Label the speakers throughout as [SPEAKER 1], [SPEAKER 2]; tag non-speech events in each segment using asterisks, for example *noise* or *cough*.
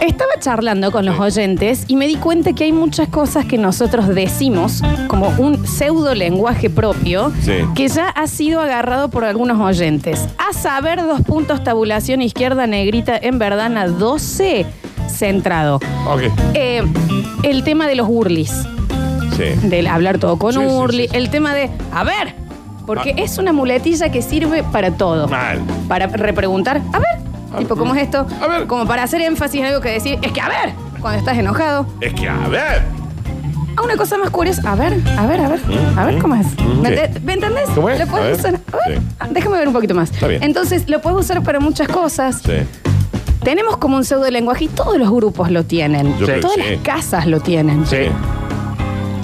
[SPEAKER 1] Estaba charlando con los
[SPEAKER 2] Sí.
[SPEAKER 1] oyentes y me di cuenta que hay muchas cosas que nosotros decimos como un pseudo lenguaje propio
[SPEAKER 2] Sí.
[SPEAKER 1] que ya ha sido agarrado por algunos oyentes. A saber, dos puntos, tabulación izquierda, negrita, en verdana, 12, centrado.
[SPEAKER 2] Ok.
[SPEAKER 1] Eh, el tema de los hurlis,
[SPEAKER 2] Sí.
[SPEAKER 1] del hablar todo con
[SPEAKER 2] Sí, sí,
[SPEAKER 1] hurli,
[SPEAKER 2] sí, sí.
[SPEAKER 1] el tema de, a ver, porque
[SPEAKER 2] Ah.
[SPEAKER 1] es una muletilla que sirve para todo
[SPEAKER 2] Mal.
[SPEAKER 1] para repreguntar, a ver,
[SPEAKER 2] A
[SPEAKER 1] tipo,
[SPEAKER 2] ver. mm,
[SPEAKER 1] ¿cómo es esto?
[SPEAKER 2] A ver.
[SPEAKER 1] Como para hacer énfasis en algo que decir, es que a ver, cuando estás enojado.
[SPEAKER 2] Es que, a ver.
[SPEAKER 1] A una cosa más curiosa, a ver, a ver, a ver, a ver cómo es.
[SPEAKER 2] Mm,
[SPEAKER 1] ¿Me,
[SPEAKER 2] sí.
[SPEAKER 1] ente- ¿me entendés?
[SPEAKER 2] ¿Cómo es?
[SPEAKER 1] Lo
[SPEAKER 2] A ver.
[SPEAKER 1] puedes usar. A ver,
[SPEAKER 2] Sí.
[SPEAKER 1] ah, déjame ver un poquito más.
[SPEAKER 2] Está bien.
[SPEAKER 1] Entonces, lo puedes usar para muchas cosas.
[SPEAKER 2] Sí.
[SPEAKER 1] Tenemos como un pseudo lenguaje y todos los grupos lo tienen.
[SPEAKER 2] Yo creo que
[SPEAKER 1] Todas
[SPEAKER 2] sí.
[SPEAKER 1] las casas lo tienen.
[SPEAKER 2] Sí.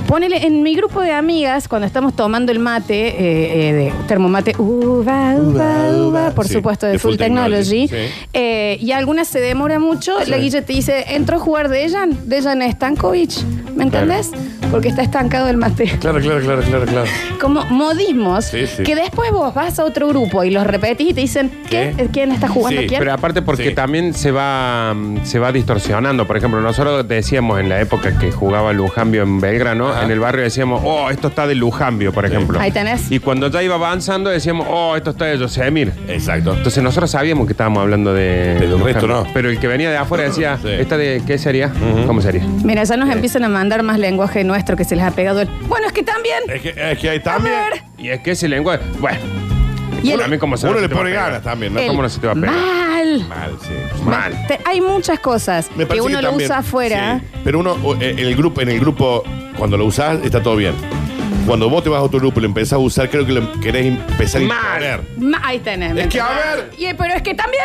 [SPEAKER 1] Ponele en mi grupo de amigas, cuando estamos tomando el mate, eh, eh, de termomate, uva, uva,
[SPEAKER 2] Uva,
[SPEAKER 1] uva, por
[SPEAKER 2] sí,
[SPEAKER 1] supuesto, de, Full, Technology, eh, y algunas se demora mucho, la Guille te dice, entró a jugar Dejan, Dejan Stankovic, ¿me entendés? Porque está estancado el mate.
[SPEAKER 2] Claro, claro, claro, claro, claro.
[SPEAKER 1] Como modismos
[SPEAKER 2] Sí, sí.
[SPEAKER 1] que después vos vas a otro grupo y los repetís y te dicen, ¿qué?
[SPEAKER 2] ¿Qué?
[SPEAKER 1] ¿Quién está jugando
[SPEAKER 2] Sí,
[SPEAKER 1] quién?
[SPEAKER 3] Pero aparte porque
[SPEAKER 2] Sí.
[SPEAKER 3] también se va mm, se va distorsionando. Por ejemplo, nosotros decíamos en la época que jugaba Lujambio en Belgrano,
[SPEAKER 2] Ajá.
[SPEAKER 3] en el barrio decíamos, oh, esto está de Lujambio, por ejemplo.
[SPEAKER 1] Ahí tenés.
[SPEAKER 3] Y cuando ya iba avanzando decíamos, oh, esto está de Yosemir.
[SPEAKER 2] Exacto.
[SPEAKER 3] Entonces nosotros sabíamos que estábamos hablando de...
[SPEAKER 2] Pero el
[SPEAKER 3] Lujambio.
[SPEAKER 2] resto no.
[SPEAKER 3] Pero el que venía de afuera decía,
[SPEAKER 2] Sí.
[SPEAKER 3] ¿esta de qué sería?
[SPEAKER 2] Ujú.
[SPEAKER 3] ¿Cómo sería?
[SPEAKER 1] Mira, ya nos empiezan a mandar más lenguaje nuestro que se les ha pegado el... Bueno, es que también...
[SPEAKER 2] Es que, es que ahí también.
[SPEAKER 1] A ver.
[SPEAKER 3] Y es que ese lenguaje... Bueno,
[SPEAKER 1] Y el-
[SPEAKER 3] a mí como se
[SPEAKER 2] Uno
[SPEAKER 3] no se
[SPEAKER 2] le
[SPEAKER 3] te va a
[SPEAKER 2] pone
[SPEAKER 3] pegar.
[SPEAKER 2] ganas también, ¿no?
[SPEAKER 1] el
[SPEAKER 3] ¿Cómo no se te va a pegar?
[SPEAKER 1] Mal.
[SPEAKER 2] Mal, sí.
[SPEAKER 3] Mal.
[SPEAKER 1] Te- hay muchas cosas
[SPEAKER 2] Me
[SPEAKER 1] que
[SPEAKER 2] parece
[SPEAKER 1] uno lo
[SPEAKER 2] también-
[SPEAKER 1] usa afuera.
[SPEAKER 2] sí. Pero uno, o, eh, en el grupo, en el grupo, cuando lo usás, está todo bien. Cuando vos te vas a otro grupo y lo empezás a usar, creo que lo querés empezar a
[SPEAKER 3] Mal.
[SPEAKER 2] imponer.
[SPEAKER 1] Ma- Ahí tenés. ¿me
[SPEAKER 2] Es que,
[SPEAKER 1] entendés?
[SPEAKER 2] a ver. Eh.
[SPEAKER 1] Y, pero es que también.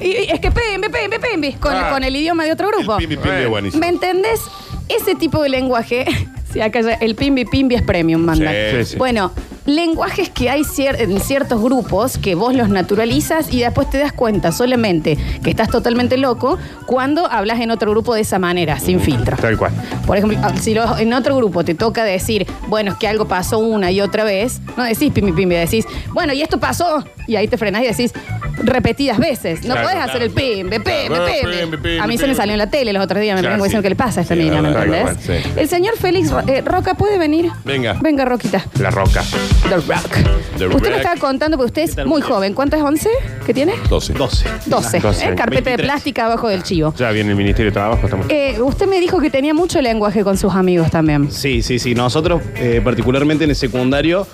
[SPEAKER 1] Y, y es que pimbi, pimbi, pimbi. Con,
[SPEAKER 2] Ah.
[SPEAKER 1] con el idioma de otro grupo.
[SPEAKER 2] El pimbi pimbi es buenísimo.
[SPEAKER 1] ¿Me entendés? Ese tipo de lenguaje. *laughs* si acá ya el pimbi pimbi es premium, manda.
[SPEAKER 2] Sí,
[SPEAKER 3] sí.
[SPEAKER 1] Bueno, lenguajes que hay cier- en ciertos grupos que vos los naturalizas y después te das cuenta solamente que estás totalmente loco cuando hablas en otro grupo de esa manera, sin filtro.
[SPEAKER 3] Tal cual.
[SPEAKER 1] Por ejemplo, ah, si lo- en otro grupo te toca decir, bueno, es que algo pasó una y otra vez, no decís pimi pimi, decís, bueno, y esto pasó. Y ahí te frenás y decís repetidas veces. No
[SPEAKER 3] Claro,
[SPEAKER 1] podés hacer el pimbe, pimbe,
[SPEAKER 2] Claro,
[SPEAKER 1] pimbe.
[SPEAKER 2] pimbe, pimbe,
[SPEAKER 1] A mí se me
[SPEAKER 2] pimbe.
[SPEAKER 1] salió en la tele los otros días, me
[SPEAKER 2] Claro,
[SPEAKER 1] vengo
[SPEAKER 2] sí.
[SPEAKER 1] diciendo que le pasa a esta
[SPEAKER 2] Sí,
[SPEAKER 1] mina, ¿me
[SPEAKER 2] claro,
[SPEAKER 1] entendés?
[SPEAKER 2] claro, sí.
[SPEAKER 1] El señor Félix Ro- eh, Roca, ¿puede venir?
[SPEAKER 2] Venga.
[SPEAKER 1] Venga, Roquita.
[SPEAKER 3] La roca.
[SPEAKER 1] The Rock.
[SPEAKER 2] The
[SPEAKER 1] usted me
[SPEAKER 2] Rock.
[SPEAKER 1] estaba contando, porque usted es
[SPEAKER 4] ¿Qué tal,
[SPEAKER 1] muy
[SPEAKER 4] mujer?
[SPEAKER 1] joven. ¿Cuánto es 11? ¿Qué tiene?
[SPEAKER 2] 12.
[SPEAKER 4] 12.
[SPEAKER 1] 12.
[SPEAKER 3] Doce.
[SPEAKER 1] ¿eh? Carpeta de
[SPEAKER 4] 23.
[SPEAKER 1] plástica abajo del chivo.
[SPEAKER 3] Ya viene el Ministerio de Trabajo. Estamos...
[SPEAKER 1] Eh, usted me dijo que tenía mucho lenguaje con sus amigos también.
[SPEAKER 4] Sí, sí, sí. Nosotros, eh, particularmente en el secundario,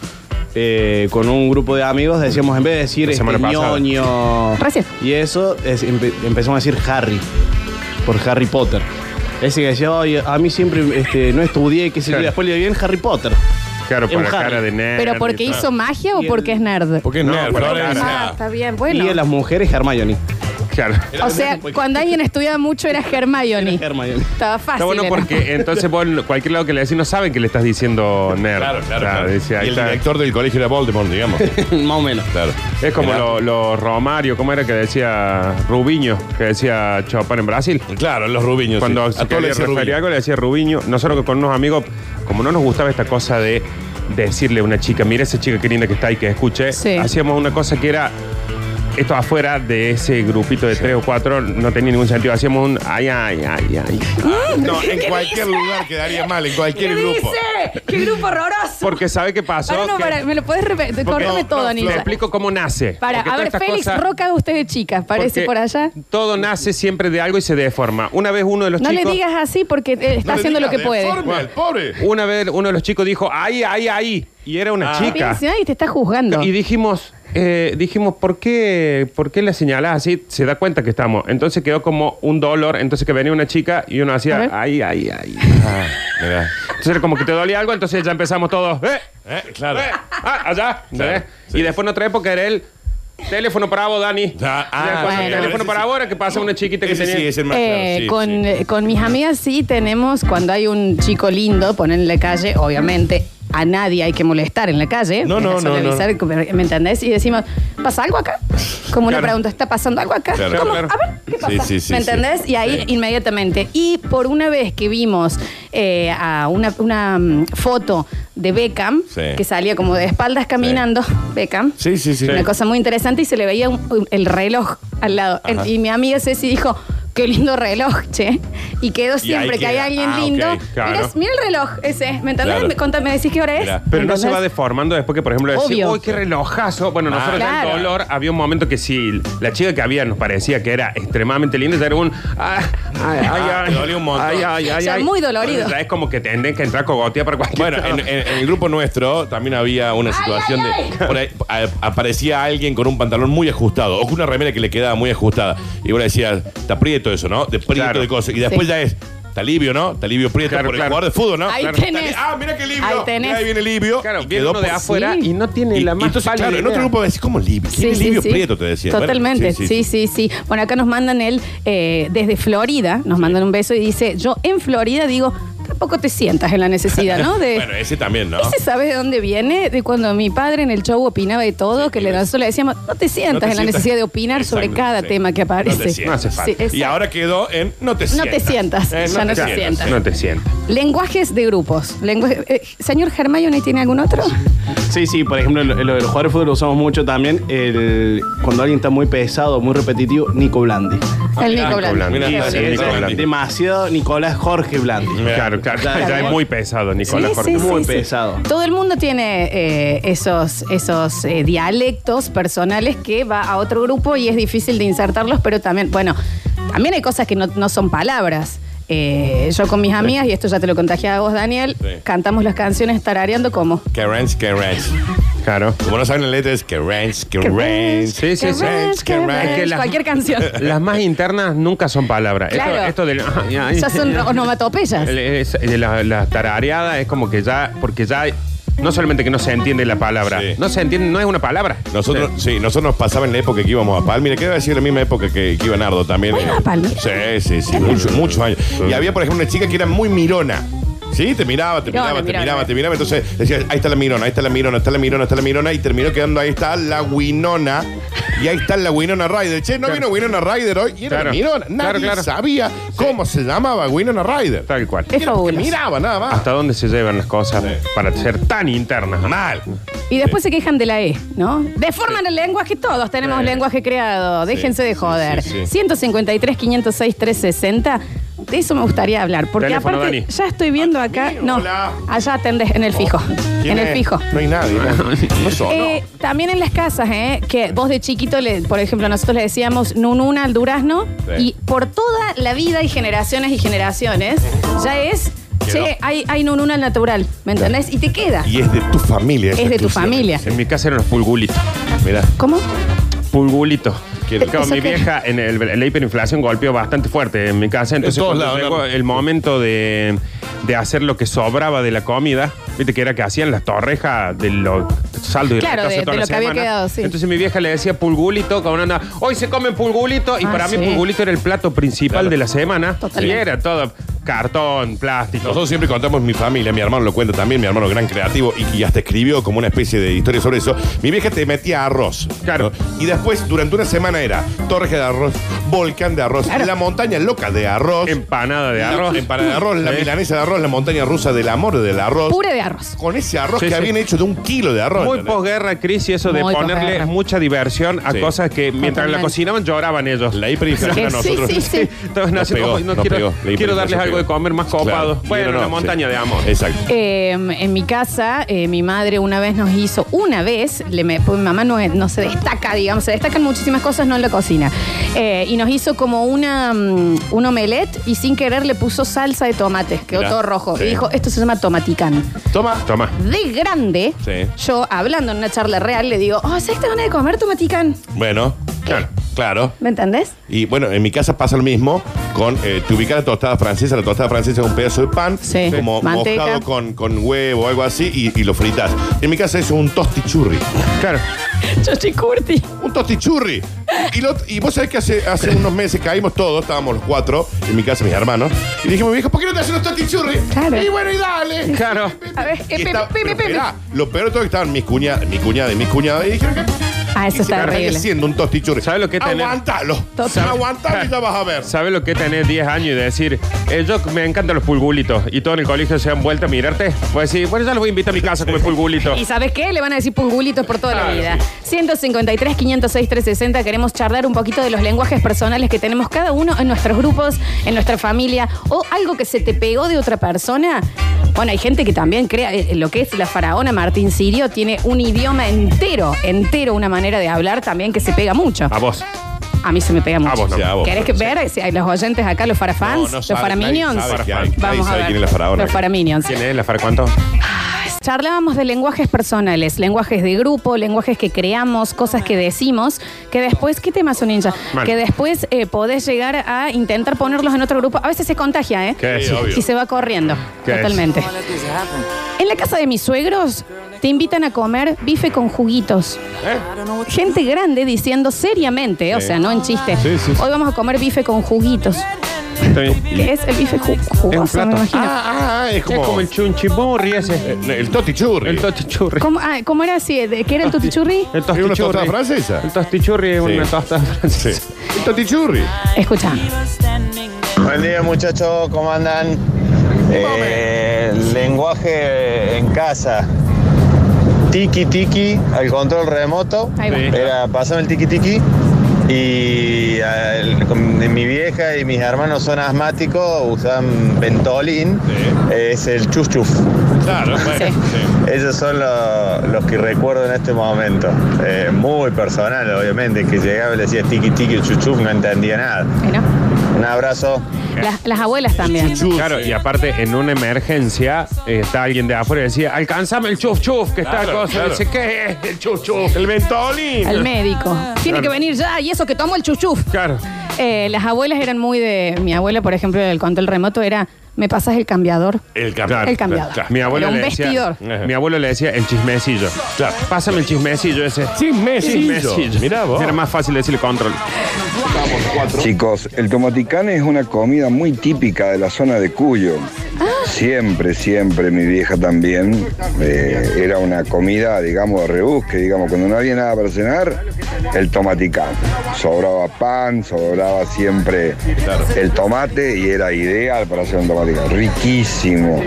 [SPEAKER 4] eh, con un grupo de amigos, decíamos, en vez de decir
[SPEAKER 3] La
[SPEAKER 4] este,
[SPEAKER 3] semana pasada.
[SPEAKER 4] ñoño
[SPEAKER 1] Recién.
[SPEAKER 4] y eso, es- empe- empezamos a decir Harry, por Harry Potter. Ese que decía, "Ay, a mí siempre este, no estudié, que se
[SPEAKER 3] Claro.
[SPEAKER 4] después le iba bien Harry Potter.
[SPEAKER 3] Claro,
[SPEAKER 4] Es un
[SPEAKER 3] por la
[SPEAKER 4] Harry.
[SPEAKER 3] cara de nerd.
[SPEAKER 1] ¿Pero porque
[SPEAKER 3] y todo.
[SPEAKER 1] hizo magia o
[SPEAKER 4] Y
[SPEAKER 1] porque
[SPEAKER 4] el-
[SPEAKER 1] es nerd?
[SPEAKER 2] ¿Por qué
[SPEAKER 3] No,
[SPEAKER 2] no?
[SPEAKER 3] por
[SPEAKER 2] Florencia.
[SPEAKER 3] la
[SPEAKER 1] Ah, está bien,
[SPEAKER 4] Y a
[SPEAKER 1] bueno.
[SPEAKER 4] las mujeres, Hermione.
[SPEAKER 3] Claro.
[SPEAKER 1] O sea, cuando
[SPEAKER 3] *laughs*
[SPEAKER 1] alguien estudia mucho era Hermione.
[SPEAKER 4] Hermione. *laughs*
[SPEAKER 1] Estaba fácil.
[SPEAKER 3] Está bueno
[SPEAKER 1] era.
[SPEAKER 3] porque entonces vos en cualquier lado que le decís no saben que le estás diciendo nerd.
[SPEAKER 2] Claro, claro,
[SPEAKER 3] O sea,
[SPEAKER 2] claro.
[SPEAKER 3] dice, ahí
[SPEAKER 2] Y el
[SPEAKER 3] está.
[SPEAKER 2] director del colegio era Voldemort, digamos.
[SPEAKER 4] Más o menos.
[SPEAKER 2] claro.
[SPEAKER 3] Es como
[SPEAKER 2] Era-
[SPEAKER 3] los lo Romario, ¿cómo era que decía Rubiño? Que decía Chopin en Brasil.
[SPEAKER 2] Claro, los rubiños.
[SPEAKER 3] Cuando
[SPEAKER 2] sí. Ah,
[SPEAKER 3] se quería
[SPEAKER 2] decía
[SPEAKER 3] referir a
[SPEAKER 2] rubiño.
[SPEAKER 3] algo le decía Rubiño. Nosotros con unos amigos, como no nos gustaba esta cosa de decirle a una chica, mira esa chica qué linda que está ahí, que escuche,
[SPEAKER 1] Sí.
[SPEAKER 3] hacíamos una cosa que era... Esto afuera de ese grupito de tres o cuatro no tenía ningún sentido. Hacíamos un ay, ay, ay, ay.
[SPEAKER 1] *laughs*
[SPEAKER 2] No, en cualquier lugar quedaría mal, en cualquier
[SPEAKER 1] ¿Qué
[SPEAKER 2] grupo.
[SPEAKER 1] dice? ¡Qué grupo horroroso!
[SPEAKER 3] Porque sabe qué pasó.
[SPEAKER 1] Pará, no,
[SPEAKER 3] Que-
[SPEAKER 1] pará, me lo puedes repetir.
[SPEAKER 3] Porque-
[SPEAKER 1] Cortame
[SPEAKER 2] no,
[SPEAKER 1] todo,
[SPEAKER 2] no,
[SPEAKER 1] Anita.
[SPEAKER 3] Te explico cómo nace. Porque
[SPEAKER 1] Para, a
[SPEAKER 3] todas
[SPEAKER 1] ver,
[SPEAKER 3] estas
[SPEAKER 1] Félix
[SPEAKER 3] cosas-
[SPEAKER 1] Roca, usted de chica, parece
[SPEAKER 3] porque
[SPEAKER 1] por allá.
[SPEAKER 3] Todo nace siempre de algo y se deforma. Una vez uno de los
[SPEAKER 1] No
[SPEAKER 3] chicos.
[SPEAKER 1] le digas así porque eh,
[SPEAKER 2] No le
[SPEAKER 1] está haciendo lo
[SPEAKER 2] digas,
[SPEAKER 1] que puede.
[SPEAKER 2] deforme al pobre.
[SPEAKER 3] Una vez uno de los chicos dijo, ahí, ahí, ahí. Y era una
[SPEAKER 2] Ah.
[SPEAKER 3] chica.
[SPEAKER 1] Piensa, nadie te está juzgando.
[SPEAKER 3] Y dijimos, eh, dijimos, ¿por qué, ¿por qué la señalás así? Se da cuenta que estamos. Entonces quedó como un dolor. Entonces que venía una chica y uno
[SPEAKER 1] A ver.
[SPEAKER 3] hacía, ahí, ahí, ahí.
[SPEAKER 2] Ah, mirá.
[SPEAKER 3] Entonces era como que te dolía algo, entonces ya empezamos todos, ¿eh?
[SPEAKER 2] Eh, claro.
[SPEAKER 3] Eh, ah, allá.
[SPEAKER 2] Claro,
[SPEAKER 3] ¿eh?
[SPEAKER 2] sí.
[SPEAKER 3] Y después en otra época era el teléfono para vos, Dani.
[SPEAKER 2] Ya, ah,
[SPEAKER 3] Ya, cuando el
[SPEAKER 1] bueno.
[SPEAKER 3] teléfono
[SPEAKER 2] Ese
[SPEAKER 3] para
[SPEAKER 2] sí.
[SPEAKER 3] vos era que pasa una chiquita que
[SPEAKER 2] Ese
[SPEAKER 3] tenía.
[SPEAKER 2] sí es el más
[SPEAKER 1] Eh,
[SPEAKER 2] claro, sí,
[SPEAKER 1] con,
[SPEAKER 2] sí.
[SPEAKER 1] eh, con mis amigas sí tenemos, cuando hay un chico lindo, poner en la calle, obviamente a nadie hay que molestar en la calle.
[SPEAKER 2] No, no,
[SPEAKER 1] Eso de
[SPEAKER 2] no, no.
[SPEAKER 1] avisar, ¿Me entendés? Y decimos, ¿pasa algo acá? Como una
[SPEAKER 3] Claro.
[SPEAKER 1] pregunta, ¿está pasando algo acá?
[SPEAKER 2] Claro,
[SPEAKER 1] ¿Cómo?
[SPEAKER 3] claro.
[SPEAKER 1] A ver, ¿qué
[SPEAKER 2] Sí,
[SPEAKER 1] pasa?
[SPEAKER 2] sí, sí,
[SPEAKER 1] ¿Me
[SPEAKER 2] sí.
[SPEAKER 1] entendés? Y ahí
[SPEAKER 2] Sí.
[SPEAKER 1] inmediatamente. Y por una vez que vimos eh, a una, una, mm, foto de Beckham,
[SPEAKER 2] Sí.
[SPEAKER 1] que salía como de espaldas caminando, Beckham.
[SPEAKER 2] Sí, sí, sí.
[SPEAKER 1] Una cosa muy interesante y se le veía un- un- el reloj al lado.
[SPEAKER 2] Ajá.
[SPEAKER 1] Y mi amiga Ceci dijo, qué lindo reloj, che. Y quedo siempre
[SPEAKER 2] ahí
[SPEAKER 1] que hay
[SPEAKER 2] queda.
[SPEAKER 1] alguien
[SPEAKER 2] Ah,
[SPEAKER 1] lindo.
[SPEAKER 2] ok,
[SPEAKER 1] Mira,
[SPEAKER 3] claro.
[SPEAKER 1] mira el reloj ese, ¿me entendés?
[SPEAKER 2] Claro.
[SPEAKER 1] Me, contás- me decís qué hora es.
[SPEAKER 2] Mirá.
[SPEAKER 3] Pero no
[SPEAKER 1] ¿Entendés?
[SPEAKER 3] se va deformando después que, por ejemplo, decir,
[SPEAKER 1] Obvio.
[SPEAKER 3] uy, qué relojazo. Bueno, nosotros ya
[SPEAKER 1] Claro.
[SPEAKER 3] en dolor había un momento que si la chica que había nos parecía que era extremadamente linda, ya era un. Ay, ay, ay,
[SPEAKER 2] Ah,
[SPEAKER 3] ay,
[SPEAKER 2] te dolió un montón.
[SPEAKER 3] Ay, ay, ay,
[SPEAKER 1] O sea,
[SPEAKER 3] ay.
[SPEAKER 1] muy dolorido.
[SPEAKER 3] Ya es como que tendrían que entrar cogotía para cualquier
[SPEAKER 2] Bueno, en, en- en el grupo nuestro también había una situación
[SPEAKER 1] ay,
[SPEAKER 2] de. por ahí, a- aparecía alguien con un pantalón muy ajustado o con una remera que le quedaba muy ajustada. Y vos decía, está prieto eso, ¿no? De prieto
[SPEAKER 3] Claro.
[SPEAKER 2] de cosas. Y después
[SPEAKER 1] Sí.
[SPEAKER 2] ya es, está libio, ¿no? Está libio prieto
[SPEAKER 3] Claro,
[SPEAKER 2] por el
[SPEAKER 3] claro.
[SPEAKER 2] jugador de fútbol, ¿no?
[SPEAKER 1] Ahí
[SPEAKER 2] Claro.
[SPEAKER 1] tenés.
[SPEAKER 2] Está li- Ah, mira qué libio.
[SPEAKER 1] Ahí tenés.
[SPEAKER 2] Mira, Ahí viene libio.
[SPEAKER 3] Claro,
[SPEAKER 2] Y
[SPEAKER 3] viene uno de
[SPEAKER 2] por-
[SPEAKER 3] afuera
[SPEAKER 1] Sí.
[SPEAKER 3] y no tiene la
[SPEAKER 2] Y
[SPEAKER 3] más
[SPEAKER 2] entonces,
[SPEAKER 3] pálida
[SPEAKER 2] claro, en otro
[SPEAKER 3] idea.
[SPEAKER 2] grupo decís, ¿cómo Libio? ¿Quién
[SPEAKER 1] Sí,
[SPEAKER 2] es
[SPEAKER 1] sí,
[SPEAKER 2] Libio
[SPEAKER 1] sí.
[SPEAKER 2] Prieto? Te decía.
[SPEAKER 1] Totalmente,
[SPEAKER 2] sí,
[SPEAKER 1] sí sí, sí, Bueno, acá nos mandan el, eh, desde Florida, nos mandan un beso y dice, yo en Florida digo, tampoco te sientas en la necesidad, ¿no?
[SPEAKER 2] *laughs*
[SPEAKER 1] De,
[SPEAKER 2] Bueno, ese también, ¿no?
[SPEAKER 1] ¿Ese sabe de dónde viene? De cuando mi padre en el show opinaba de todo, que le, nosotros le decíamos, no te sientas
[SPEAKER 2] pues. No te
[SPEAKER 1] en la
[SPEAKER 2] sientas.
[SPEAKER 1] necesidad de opinar sobre
[SPEAKER 2] Exacto,
[SPEAKER 1] cada
[SPEAKER 2] sí.
[SPEAKER 1] tema que aparece.
[SPEAKER 2] No te sientas.
[SPEAKER 3] No hace falta.
[SPEAKER 1] Sí, exacto.
[SPEAKER 2] Y ahora quedó en no te
[SPEAKER 1] No
[SPEAKER 2] sientas.
[SPEAKER 1] te sientas,
[SPEAKER 2] Eh,
[SPEAKER 1] ya no te
[SPEAKER 3] Claro,
[SPEAKER 1] sientas.
[SPEAKER 3] No te sientas.
[SPEAKER 1] Lenguajes de grupos. Lengua- eh, Señor Germayoni, ¿tiene algún otro?
[SPEAKER 4] Sí, sí, por ejemplo, lo, lo de los jugadores de fútbol lo usamos mucho también. el- cuando alguien está muy pesado, muy repetitivo, Nico Blandi.
[SPEAKER 1] el
[SPEAKER 2] mirá,
[SPEAKER 1] Nico Blandi.
[SPEAKER 2] mirá,
[SPEAKER 1] Qué
[SPEAKER 2] mirá,
[SPEAKER 1] bueno.
[SPEAKER 3] Ah, sí, Nico
[SPEAKER 4] Es
[SPEAKER 3] Blandi.
[SPEAKER 4] Demasiado Nicolás Jorge Blandi.
[SPEAKER 2] Claro.
[SPEAKER 3] Claro, claro.
[SPEAKER 4] Claro.
[SPEAKER 3] Ya es muy pesado, Nicolás.
[SPEAKER 1] Sí,
[SPEAKER 3] Jorge.
[SPEAKER 1] sí,
[SPEAKER 4] muy
[SPEAKER 1] sí, sí.
[SPEAKER 4] pesado.
[SPEAKER 1] Todo el mundo tiene eh, esos, esos eh, dialectos personales que va a otro grupo y es difícil de insertarlos, pero también, bueno, también hay cosas que no, no son palabras. Eh, yo con mis amigas, y esto ya te lo contagié a vos, Daniel,
[SPEAKER 2] Sí.
[SPEAKER 1] cantamos las canciones tarareando como.
[SPEAKER 2] Que ranch, que ranch.
[SPEAKER 3] Claro.
[SPEAKER 2] Como no saben la letra es que ranch, que ranch.
[SPEAKER 3] Sí, sí,
[SPEAKER 1] Que
[SPEAKER 3] sí.
[SPEAKER 1] ranch, que
[SPEAKER 2] Es que
[SPEAKER 1] ranch,
[SPEAKER 3] las- *laughs*
[SPEAKER 1] Cualquier canción.
[SPEAKER 3] Las más internas nunca son palabras. Esto-
[SPEAKER 1] Claro.
[SPEAKER 3] Esto, del-
[SPEAKER 1] Esas son onomatopeyas.
[SPEAKER 3] El- es- eh, la, la tarareada es como que ya, porque ya no solamente que no se entiende la palabra,
[SPEAKER 2] Sí.
[SPEAKER 3] no se entiende, no es una palabra.
[SPEAKER 2] Nosotros, sí. nosotros nos pasaba en la época que íbamos a Palmira, que iba a decir la misma época que, que iba Nardo también.
[SPEAKER 1] ¿Vos ibas a Palmira?
[SPEAKER 2] Sí, sí, sí, mucho- muchos años. Y había, por ejemplo, una chica que era muy mirona. Sí, te miraba, te
[SPEAKER 1] Mirona,
[SPEAKER 2] miraba, te
[SPEAKER 1] mirona.
[SPEAKER 2] miraba, te miraba. Entonces decías, ahí está la mirona, ahí está la mirona, está la mirona, está la mirona. Y terminó quedando, ahí está la Winona. Y ahí está la Winona Ryder. Che, no
[SPEAKER 3] Claro.
[SPEAKER 2] vino Winona Ryder hoy. Y era
[SPEAKER 3] Claro.
[SPEAKER 2] la mirona. Nadie
[SPEAKER 3] Claro, claro.
[SPEAKER 2] sabía cómo se llamaba Winona Ryder.
[SPEAKER 3] Tal cual.
[SPEAKER 1] Es
[SPEAKER 2] Era porque
[SPEAKER 1] fabuloso.
[SPEAKER 2] miraba, nada más.
[SPEAKER 3] ¿Hasta dónde se llevan las cosas
[SPEAKER 2] Sí.
[SPEAKER 3] para ser tan internas?
[SPEAKER 2] Mal.
[SPEAKER 1] Y después se quejan de la E, ¿no? Deforman el lenguaje, todos tenemos
[SPEAKER 3] Sí.
[SPEAKER 1] lenguaje creado, déjense
[SPEAKER 2] sí,
[SPEAKER 1] de joder.
[SPEAKER 2] sí, sí.
[SPEAKER 1] 153, 506, 360, de eso me gustaría hablar, porque
[SPEAKER 3] Teléfono,
[SPEAKER 1] aparte
[SPEAKER 3] Dani.
[SPEAKER 1] ya estoy viendo acá,
[SPEAKER 2] mío,
[SPEAKER 1] no,
[SPEAKER 2] Ah, hola.
[SPEAKER 1] allá atendés en el fijo,
[SPEAKER 2] ¿Quién
[SPEAKER 1] en el
[SPEAKER 2] es?
[SPEAKER 1] fijo.
[SPEAKER 2] No hay nadie. No, No sonó.
[SPEAKER 1] Eh, también en las casas, ¿eh? Que vos de chiquito, le- por ejemplo, nosotros le decíamos nununa al durazno
[SPEAKER 2] Sí.
[SPEAKER 1] y por toda la vida y generaciones y generaciones ya es,
[SPEAKER 2] Quedó.
[SPEAKER 1] che, hay, hay nununa al natural, ¿me entendés? Y te queda.
[SPEAKER 2] Y es de tu familia. esa
[SPEAKER 1] Es de tu
[SPEAKER 2] exclusión.
[SPEAKER 1] familia.
[SPEAKER 3] En mi casa eran los pulgulitos.
[SPEAKER 2] Mirá.
[SPEAKER 1] ¿Cómo?
[SPEAKER 3] Pulgulitos.
[SPEAKER 2] ¿Qué-
[SPEAKER 3] Claro,
[SPEAKER 1] eso
[SPEAKER 3] mi
[SPEAKER 1] qué?
[SPEAKER 3] vieja en el- la hiperinflación golpeó bastante fuerte en mi casa. Entonces,
[SPEAKER 2] todos
[SPEAKER 3] cuando
[SPEAKER 2] lados,
[SPEAKER 3] llegó
[SPEAKER 2] ¿no?
[SPEAKER 3] el momento de, de hacer lo que sobraba de la comida, viste que era que hacían las torrejas de lo saldo y
[SPEAKER 1] Claro,
[SPEAKER 3] retazo
[SPEAKER 1] de-
[SPEAKER 3] toda
[SPEAKER 1] de
[SPEAKER 3] la
[SPEAKER 1] lo que había
[SPEAKER 3] semana.
[SPEAKER 1] quedado, sí.
[SPEAKER 3] Entonces mi vieja le decía pulgulito, con una hoy se comen pulgulito, y
[SPEAKER 1] Ah,
[SPEAKER 3] para
[SPEAKER 1] sí.
[SPEAKER 3] mí pulgulito era el plato principal
[SPEAKER 2] Claro.
[SPEAKER 3] de la semana.
[SPEAKER 1] Totalmente.
[SPEAKER 3] Y era todo cartón, plástico.
[SPEAKER 2] Nosotros siempre contamos mi familia, mi hermano lo cuenta también, mi hermano gran creativo y, y hasta escribió como una especie de historia sobre eso. Mi vieja te metía arroz.
[SPEAKER 3] Claro.
[SPEAKER 2] Y después, durante una semana era torreja de arroz, volcán de arroz,
[SPEAKER 1] Claro.
[SPEAKER 2] la montaña loca de arroz,
[SPEAKER 3] Empanada de arroz.
[SPEAKER 2] la, empanada de arroz, la
[SPEAKER 3] Sí.
[SPEAKER 2] milanesa de arroz, la montaña rusa del amor del arroz.
[SPEAKER 1] Pure de arroz.
[SPEAKER 2] Con ese arroz
[SPEAKER 3] Sí,
[SPEAKER 2] que
[SPEAKER 3] sí.
[SPEAKER 2] habían hecho de un kilo de arroz.
[SPEAKER 3] Muy
[SPEAKER 2] ¿entendés?
[SPEAKER 3] posguerra, Cris, y eso de
[SPEAKER 1] Muy
[SPEAKER 3] ponerle
[SPEAKER 1] posguerra.
[SPEAKER 3] mucha diversión a
[SPEAKER 2] Sí.
[SPEAKER 3] cosas que mientras la
[SPEAKER 1] Totalmente.
[SPEAKER 3] cocinaban lloraban ellos.
[SPEAKER 2] La hiperinflación
[SPEAKER 1] Sí,
[SPEAKER 2] a
[SPEAKER 3] *laughs*
[SPEAKER 2] nosotros.
[SPEAKER 1] sí, sí.
[SPEAKER 3] Todos
[SPEAKER 2] Nos
[SPEAKER 3] nacen,
[SPEAKER 2] pegó,
[SPEAKER 3] "Ay, no
[SPEAKER 2] nos
[SPEAKER 3] quiero,
[SPEAKER 2] pegó. La
[SPEAKER 3] quiero darles
[SPEAKER 2] hiperinflación
[SPEAKER 3] algo de
[SPEAKER 2] pegó.
[SPEAKER 3] comer más
[SPEAKER 2] Claro.
[SPEAKER 3] copado.
[SPEAKER 2] Y
[SPEAKER 3] Bueno,
[SPEAKER 2] no, no,
[SPEAKER 3] una
[SPEAKER 2] sí.
[SPEAKER 3] montaña de amor.
[SPEAKER 2] Exacto.
[SPEAKER 1] Eh, en mi casa, eh, mi madre una vez nos hizo, una vez, le me- pues mi mamá no, es- no se destaca, digamos, se destacan muchísimas cosas, no en la cocina. Eh, y nos hizo como una, mm, un omelette y sin querer le puso salsa de tomate, quedó
[SPEAKER 2] Mirá,
[SPEAKER 1] todo rojo.
[SPEAKER 2] sí.
[SPEAKER 1] Y dijo, esto se llama tomaticán.
[SPEAKER 2] Toma.
[SPEAKER 3] Toma.
[SPEAKER 1] De grande,
[SPEAKER 2] Sí.
[SPEAKER 1] yo hablando en una charla real le digo, oh, ¿sabes que van a comer tomaticán?
[SPEAKER 2] Bueno, claro, claro.
[SPEAKER 1] ¿Me entendés?
[SPEAKER 2] Y bueno, en mi casa pasa lo mismo con eh, te ubicas la tostada francesa. La tostada francesa es un pedazo de pan,
[SPEAKER 1] Sí.
[SPEAKER 2] como
[SPEAKER 1] Manteca.
[SPEAKER 2] mojado con, con huevo o algo así, y, y lo fritas. En mi casa eso es un tostichurri.
[SPEAKER 3] Claro.
[SPEAKER 1] Chochi Curti.
[SPEAKER 2] Un tostichurri. Y, lo- y vos sabés que hace, hace unos meses caímos todos, estábamos los cuatro, en mi casa mis hermanos, y dijimos, mi viejo, ¿por qué no te hacen los tostichurri?
[SPEAKER 1] Claro.
[SPEAKER 2] Y bueno, y dale.
[SPEAKER 3] Claro.
[SPEAKER 1] A ver, eh,
[SPEAKER 2] Y está-
[SPEAKER 1] pe- pe-
[SPEAKER 2] pero
[SPEAKER 1] pe- pe-
[SPEAKER 2] esperá, lo peor de todo es que estaban mis cuñadas, mi cuñada y mis cuñados, y dijeron que
[SPEAKER 1] Ah, Ah, eso
[SPEAKER 2] Y
[SPEAKER 1] está
[SPEAKER 2] se arranca
[SPEAKER 1] horrible.
[SPEAKER 2] siendo un tostichure.
[SPEAKER 3] ¿Sabes lo que es tener-
[SPEAKER 2] Aguántalo.
[SPEAKER 1] Total.
[SPEAKER 2] Aguántalo y ya vas a ver.
[SPEAKER 3] ¿Sabes lo que es tener 10 años y decir, eh, yo me encantan los pulgulitos y todo en el colegio se han vuelto a mirarte? Pues sí, bueno, ya los voy a invitar a mi casa a comer *laughs* pulgulitos.
[SPEAKER 1] ¿Y sabes qué? Le van a decir pulgulitos por toda
[SPEAKER 2] Ah,
[SPEAKER 1] la
[SPEAKER 3] Claro,
[SPEAKER 1] vida. 153, 506, 360. Queremos charlar un poquito de los lenguajes personales que tenemos cada uno en nuestros grupos, en nuestra familia o algo que se te pegó de otra persona. Bueno, hay gente que también crea eh, lo que es la faraona Martín Sirio, tiene un idioma entero, entero, una manera de hablar también que se pega mucho.
[SPEAKER 3] A vos.
[SPEAKER 1] A mí se me pega mucho.
[SPEAKER 3] vos no.
[SPEAKER 2] Sí, a Ah, vos.
[SPEAKER 1] ¿Querés que ver si hay los oyentes acá, los farafans, los
[SPEAKER 2] sabe,
[SPEAKER 1] faraminions?
[SPEAKER 2] nadie sabe que hay, nadie
[SPEAKER 1] Vamos a
[SPEAKER 2] sabe
[SPEAKER 1] ver.
[SPEAKER 2] quién es la faraona.
[SPEAKER 1] los faraminions.
[SPEAKER 3] ¿Quién es? ¿La Far cuánto?
[SPEAKER 1] Charlábamos de lenguajes personales, lenguajes de grupo, lenguajes que creamos, cosas que decimos, que después, ¿qué temas son ninja?
[SPEAKER 3] Mal.
[SPEAKER 1] Que después eh, podés llegar a intentar ponerlos en otro grupo. A veces se contagia, ¿eh?
[SPEAKER 3] ¿Qué
[SPEAKER 2] Sí,
[SPEAKER 3] es?
[SPEAKER 2] obvio.
[SPEAKER 1] Y se va corriendo,
[SPEAKER 3] ¿Qué es?
[SPEAKER 1] totalmente. En la casa de mis suegros te invitan a comer bife con juguitos. Gente grande diciendo seriamente, o
[SPEAKER 2] Sí.
[SPEAKER 1] sea, no en chiste,
[SPEAKER 2] Sí, sí, sí.
[SPEAKER 1] hoy vamos a comer bife con juguitos.
[SPEAKER 3] Está bien.
[SPEAKER 1] ¿Qué es el bife ju-
[SPEAKER 3] Es un
[SPEAKER 1] jugoso? me
[SPEAKER 3] plato.
[SPEAKER 1] imagino.
[SPEAKER 2] Ah, ah, es
[SPEAKER 3] Es
[SPEAKER 2] como, eh,
[SPEAKER 3] como el chunchimurri ese.
[SPEAKER 2] el, totichurri.
[SPEAKER 3] El tostichurri.
[SPEAKER 1] ¿Cómo, ah, cómo era así? ¿De- ¿Qué era el
[SPEAKER 3] El
[SPEAKER 1] tutichurri?
[SPEAKER 2] ¿Es una tostada
[SPEAKER 3] tostichurri.
[SPEAKER 2] francesa?
[SPEAKER 3] El tostichurri es
[SPEAKER 2] Sí.
[SPEAKER 3] una tostada
[SPEAKER 2] Sí.
[SPEAKER 3] francesa.
[SPEAKER 2] El totichurri.
[SPEAKER 1] Escucha.
[SPEAKER 5] Buen día muchachos, ¿cómo andan? Eh, lenguaje en casa. Tiki tiki al control remoto.
[SPEAKER 1] Ahí va.
[SPEAKER 3] Sí.
[SPEAKER 5] Era, pasame el tiki tiki. Y al- con- mi vieja y mis hermanos son asmáticos, usan Ventolin.
[SPEAKER 2] Sí.
[SPEAKER 5] Es el chuf chuf.
[SPEAKER 2] Claro, bueno.
[SPEAKER 1] Sí.
[SPEAKER 2] sí.
[SPEAKER 5] Esos son lo- los que recuerdo en este momento. Eh, muy personal, obviamente, que llegaba y le decía tiki tiki, chuf chuf, no entendía nada.
[SPEAKER 1] Bueno,
[SPEAKER 5] Un abrazo.
[SPEAKER 1] las, las abuelas también.
[SPEAKER 3] Claro, y aparte, en una emergencia, eh, está alguien de afuera y decía, alcanzame el chuf chuf, que está
[SPEAKER 2] Claro,
[SPEAKER 3] cosa.
[SPEAKER 2] claro.
[SPEAKER 3] Dice, ¿qué es el chuf chuf?
[SPEAKER 2] El ventolín.
[SPEAKER 1] Al médico. Tiene
[SPEAKER 3] Claro.
[SPEAKER 1] que venir ya, y eso que tomo el chuchuf.
[SPEAKER 3] Claro.
[SPEAKER 1] Eh, las abuelas eran muy de. Mi abuela, por ejemplo, el control remoto era: ¿me pasas el cambiador?
[SPEAKER 2] El campeón.
[SPEAKER 1] El cambiador.
[SPEAKER 3] Mi abuelo
[SPEAKER 1] Era un
[SPEAKER 3] le decía,
[SPEAKER 1] vestidor.
[SPEAKER 3] Ajá. Mi abuelo le decía el chismecillo.
[SPEAKER 2] Claro.
[SPEAKER 3] Pásame el chismecillo ese.
[SPEAKER 2] Chismecillo. Mirá vos.
[SPEAKER 3] Era más fácil decir control.
[SPEAKER 6] Chicos, el tomaticán es una comida muy típica de la zona de Cuyo. Siempre, siempre, mi vieja también. eh, era una comida, digamos, de rebusque, digamos, cuando no había nada para cenar, el tomaticán. Sobraba pan, sobraba siempre el tomate y era ideal para hacer un tomaticán. Riquísimo.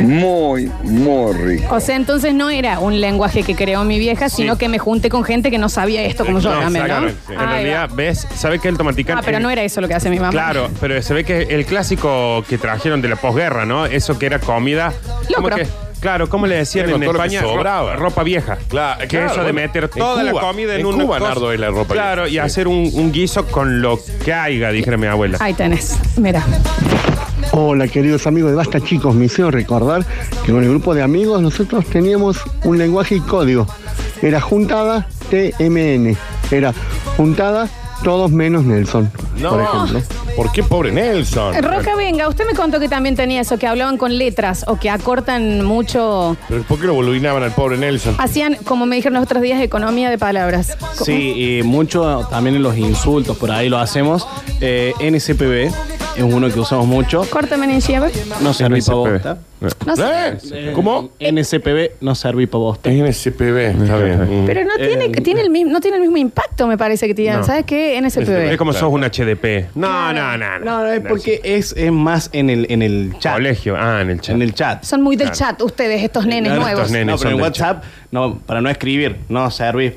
[SPEAKER 6] Muy, muy rico.
[SPEAKER 1] O sea, entonces no era un lenguaje que creó mi vieja, sino que me junté con gente que no sabía esto como yo.
[SPEAKER 3] No,
[SPEAKER 1] Amén, ¿no?
[SPEAKER 3] exactamente.
[SPEAKER 1] Ahí
[SPEAKER 3] En
[SPEAKER 1] va.
[SPEAKER 3] realidad, ¿ves? ¿Sabes que el tomaticán?
[SPEAKER 1] Ah, pero
[SPEAKER 3] eh,
[SPEAKER 1] no era eso lo que hace mi mamá.
[SPEAKER 3] Claro, pero se ve que el clásico que trajeron de la posguerra, ¿no? Eso que era comida. como
[SPEAKER 1] Locro.
[SPEAKER 3] que- claro, ¿cómo le decían
[SPEAKER 2] Era
[SPEAKER 3] en
[SPEAKER 2] todo lo que
[SPEAKER 3] España? Ro-
[SPEAKER 2] sobraba.
[SPEAKER 3] Ropa vieja.
[SPEAKER 2] Claro,
[SPEAKER 3] que
[SPEAKER 2] claro,
[SPEAKER 3] eso de
[SPEAKER 2] bueno,
[SPEAKER 3] meter
[SPEAKER 2] en
[SPEAKER 3] toda la
[SPEAKER 2] Cuba.
[SPEAKER 3] comida en,
[SPEAKER 2] En
[SPEAKER 3] una
[SPEAKER 2] Cuba,
[SPEAKER 3] cosa-
[SPEAKER 2] Nardo, es la ropa
[SPEAKER 3] Claro,
[SPEAKER 2] vieja,
[SPEAKER 3] y
[SPEAKER 2] sí.
[SPEAKER 3] hacer un, un guiso con lo que haya, dijera mi abuela.
[SPEAKER 1] Ahí tenés. Mira.
[SPEAKER 7] Hola queridos amigos de Basta Chicos, me hicieron recordar que con el grupo de amigos nosotros teníamos un lenguaje y código. Era juntada TMN. Era juntada todos menos Nelson,
[SPEAKER 2] No.
[SPEAKER 7] por ejemplo.
[SPEAKER 2] ¿Por qué pobre Nelson?
[SPEAKER 1] Roca, venga, usted me contó que también tenía eso, que hablaban con letras o que acortan mucho.
[SPEAKER 2] ¿Pero ¿Por qué lo boludinaban al pobre Nelson?
[SPEAKER 1] Hacían, como me dijeron los otros días, economía de palabras. Co-
[SPEAKER 4] Sí, y mucho también en los insultos, por ahí lo hacemos. Eh, NCPB es uno que usamos mucho.
[SPEAKER 1] Pues Córtame en lleve.
[SPEAKER 4] No serví pa' bosta.
[SPEAKER 1] No sé.
[SPEAKER 2] ¿Eh? ¿Cómo?
[SPEAKER 4] NCPB no serví pa' bosta.
[SPEAKER 2] NSPB, está bien.
[SPEAKER 3] *laughs*
[SPEAKER 1] Pero no tiene, que tiene el mismo, no tiene el mismo impacto, me parece que tiene.
[SPEAKER 3] No.
[SPEAKER 1] ¿Sabes qué? En ese
[SPEAKER 3] Es
[SPEAKER 1] PB.
[SPEAKER 3] como sos un HDP. No, no, no.
[SPEAKER 4] No, no, es porque es, es más en el, en el chat.
[SPEAKER 3] Colegio. Ah, en el chat.
[SPEAKER 4] En el chat.
[SPEAKER 1] Son muy del chat ustedes, estos nenes
[SPEAKER 4] Claro,
[SPEAKER 1] nuevos.
[SPEAKER 3] estos nenes.
[SPEAKER 4] No, pero
[SPEAKER 3] son
[SPEAKER 4] en
[SPEAKER 3] del
[SPEAKER 4] WhatsApp, no, para no escribir, no serví.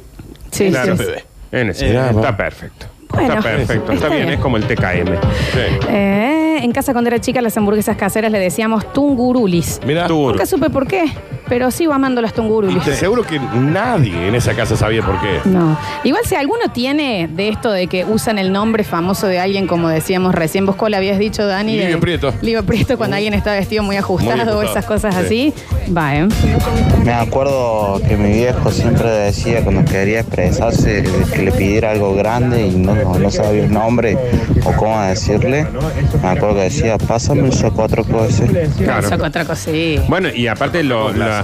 [SPEAKER 1] Sí,
[SPEAKER 3] Claro.
[SPEAKER 1] sí.
[SPEAKER 3] En ese.
[SPEAKER 2] Eh,
[SPEAKER 3] está perfecto.
[SPEAKER 1] Bueno,
[SPEAKER 3] está perfecto. Está,
[SPEAKER 1] está
[SPEAKER 3] bien.
[SPEAKER 1] bien.
[SPEAKER 3] es como el TKM.
[SPEAKER 2] Sí.
[SPEAKER 1] Eh, en casa cuando era chica las hamburguesas caseras le decíamos tungurulis.
[SPEAKER 2] Mirá.
[SPEAKER 3] Tur.
[SPEAKER 1] Nunca supe por qué, pero sigo amando las tungurulis.
[SPEAKER 2] Te Seguro que nadie en esa casa sabía por qué.
[SPEAKER 1] No. Igual si alguno tiene de esto de que usan el nombre famoso de alguien, como decíamos recién, vos cuál habías dicho, Dani. de-
[SPEAKER 2] Livio Prieto.
[SPEAKER 1] Livio Prieto, cuando alguien está vestido muy ajustado,
[SPEAKER 2] ajustado.
[SPEAKER 1] esas cosas
[SPEAKER 2] Sí.
[SPEAKER 1] así. Va, ¿eh?
[SPEAKER 8] Me acuerdo que mi viejo siempre decía cuando quería expresarse que le pidiera algo grande y no, no sabía el nombre o cómo decirle. Me acuerdo que decía, pásame el cuatro pues, eh". cosas.
[SPEAKER 3] Claro.
[SPEAKER 1] Eso con otra cosa, sí.
[SPEAKER 3] Bueno, y aparte lo- la,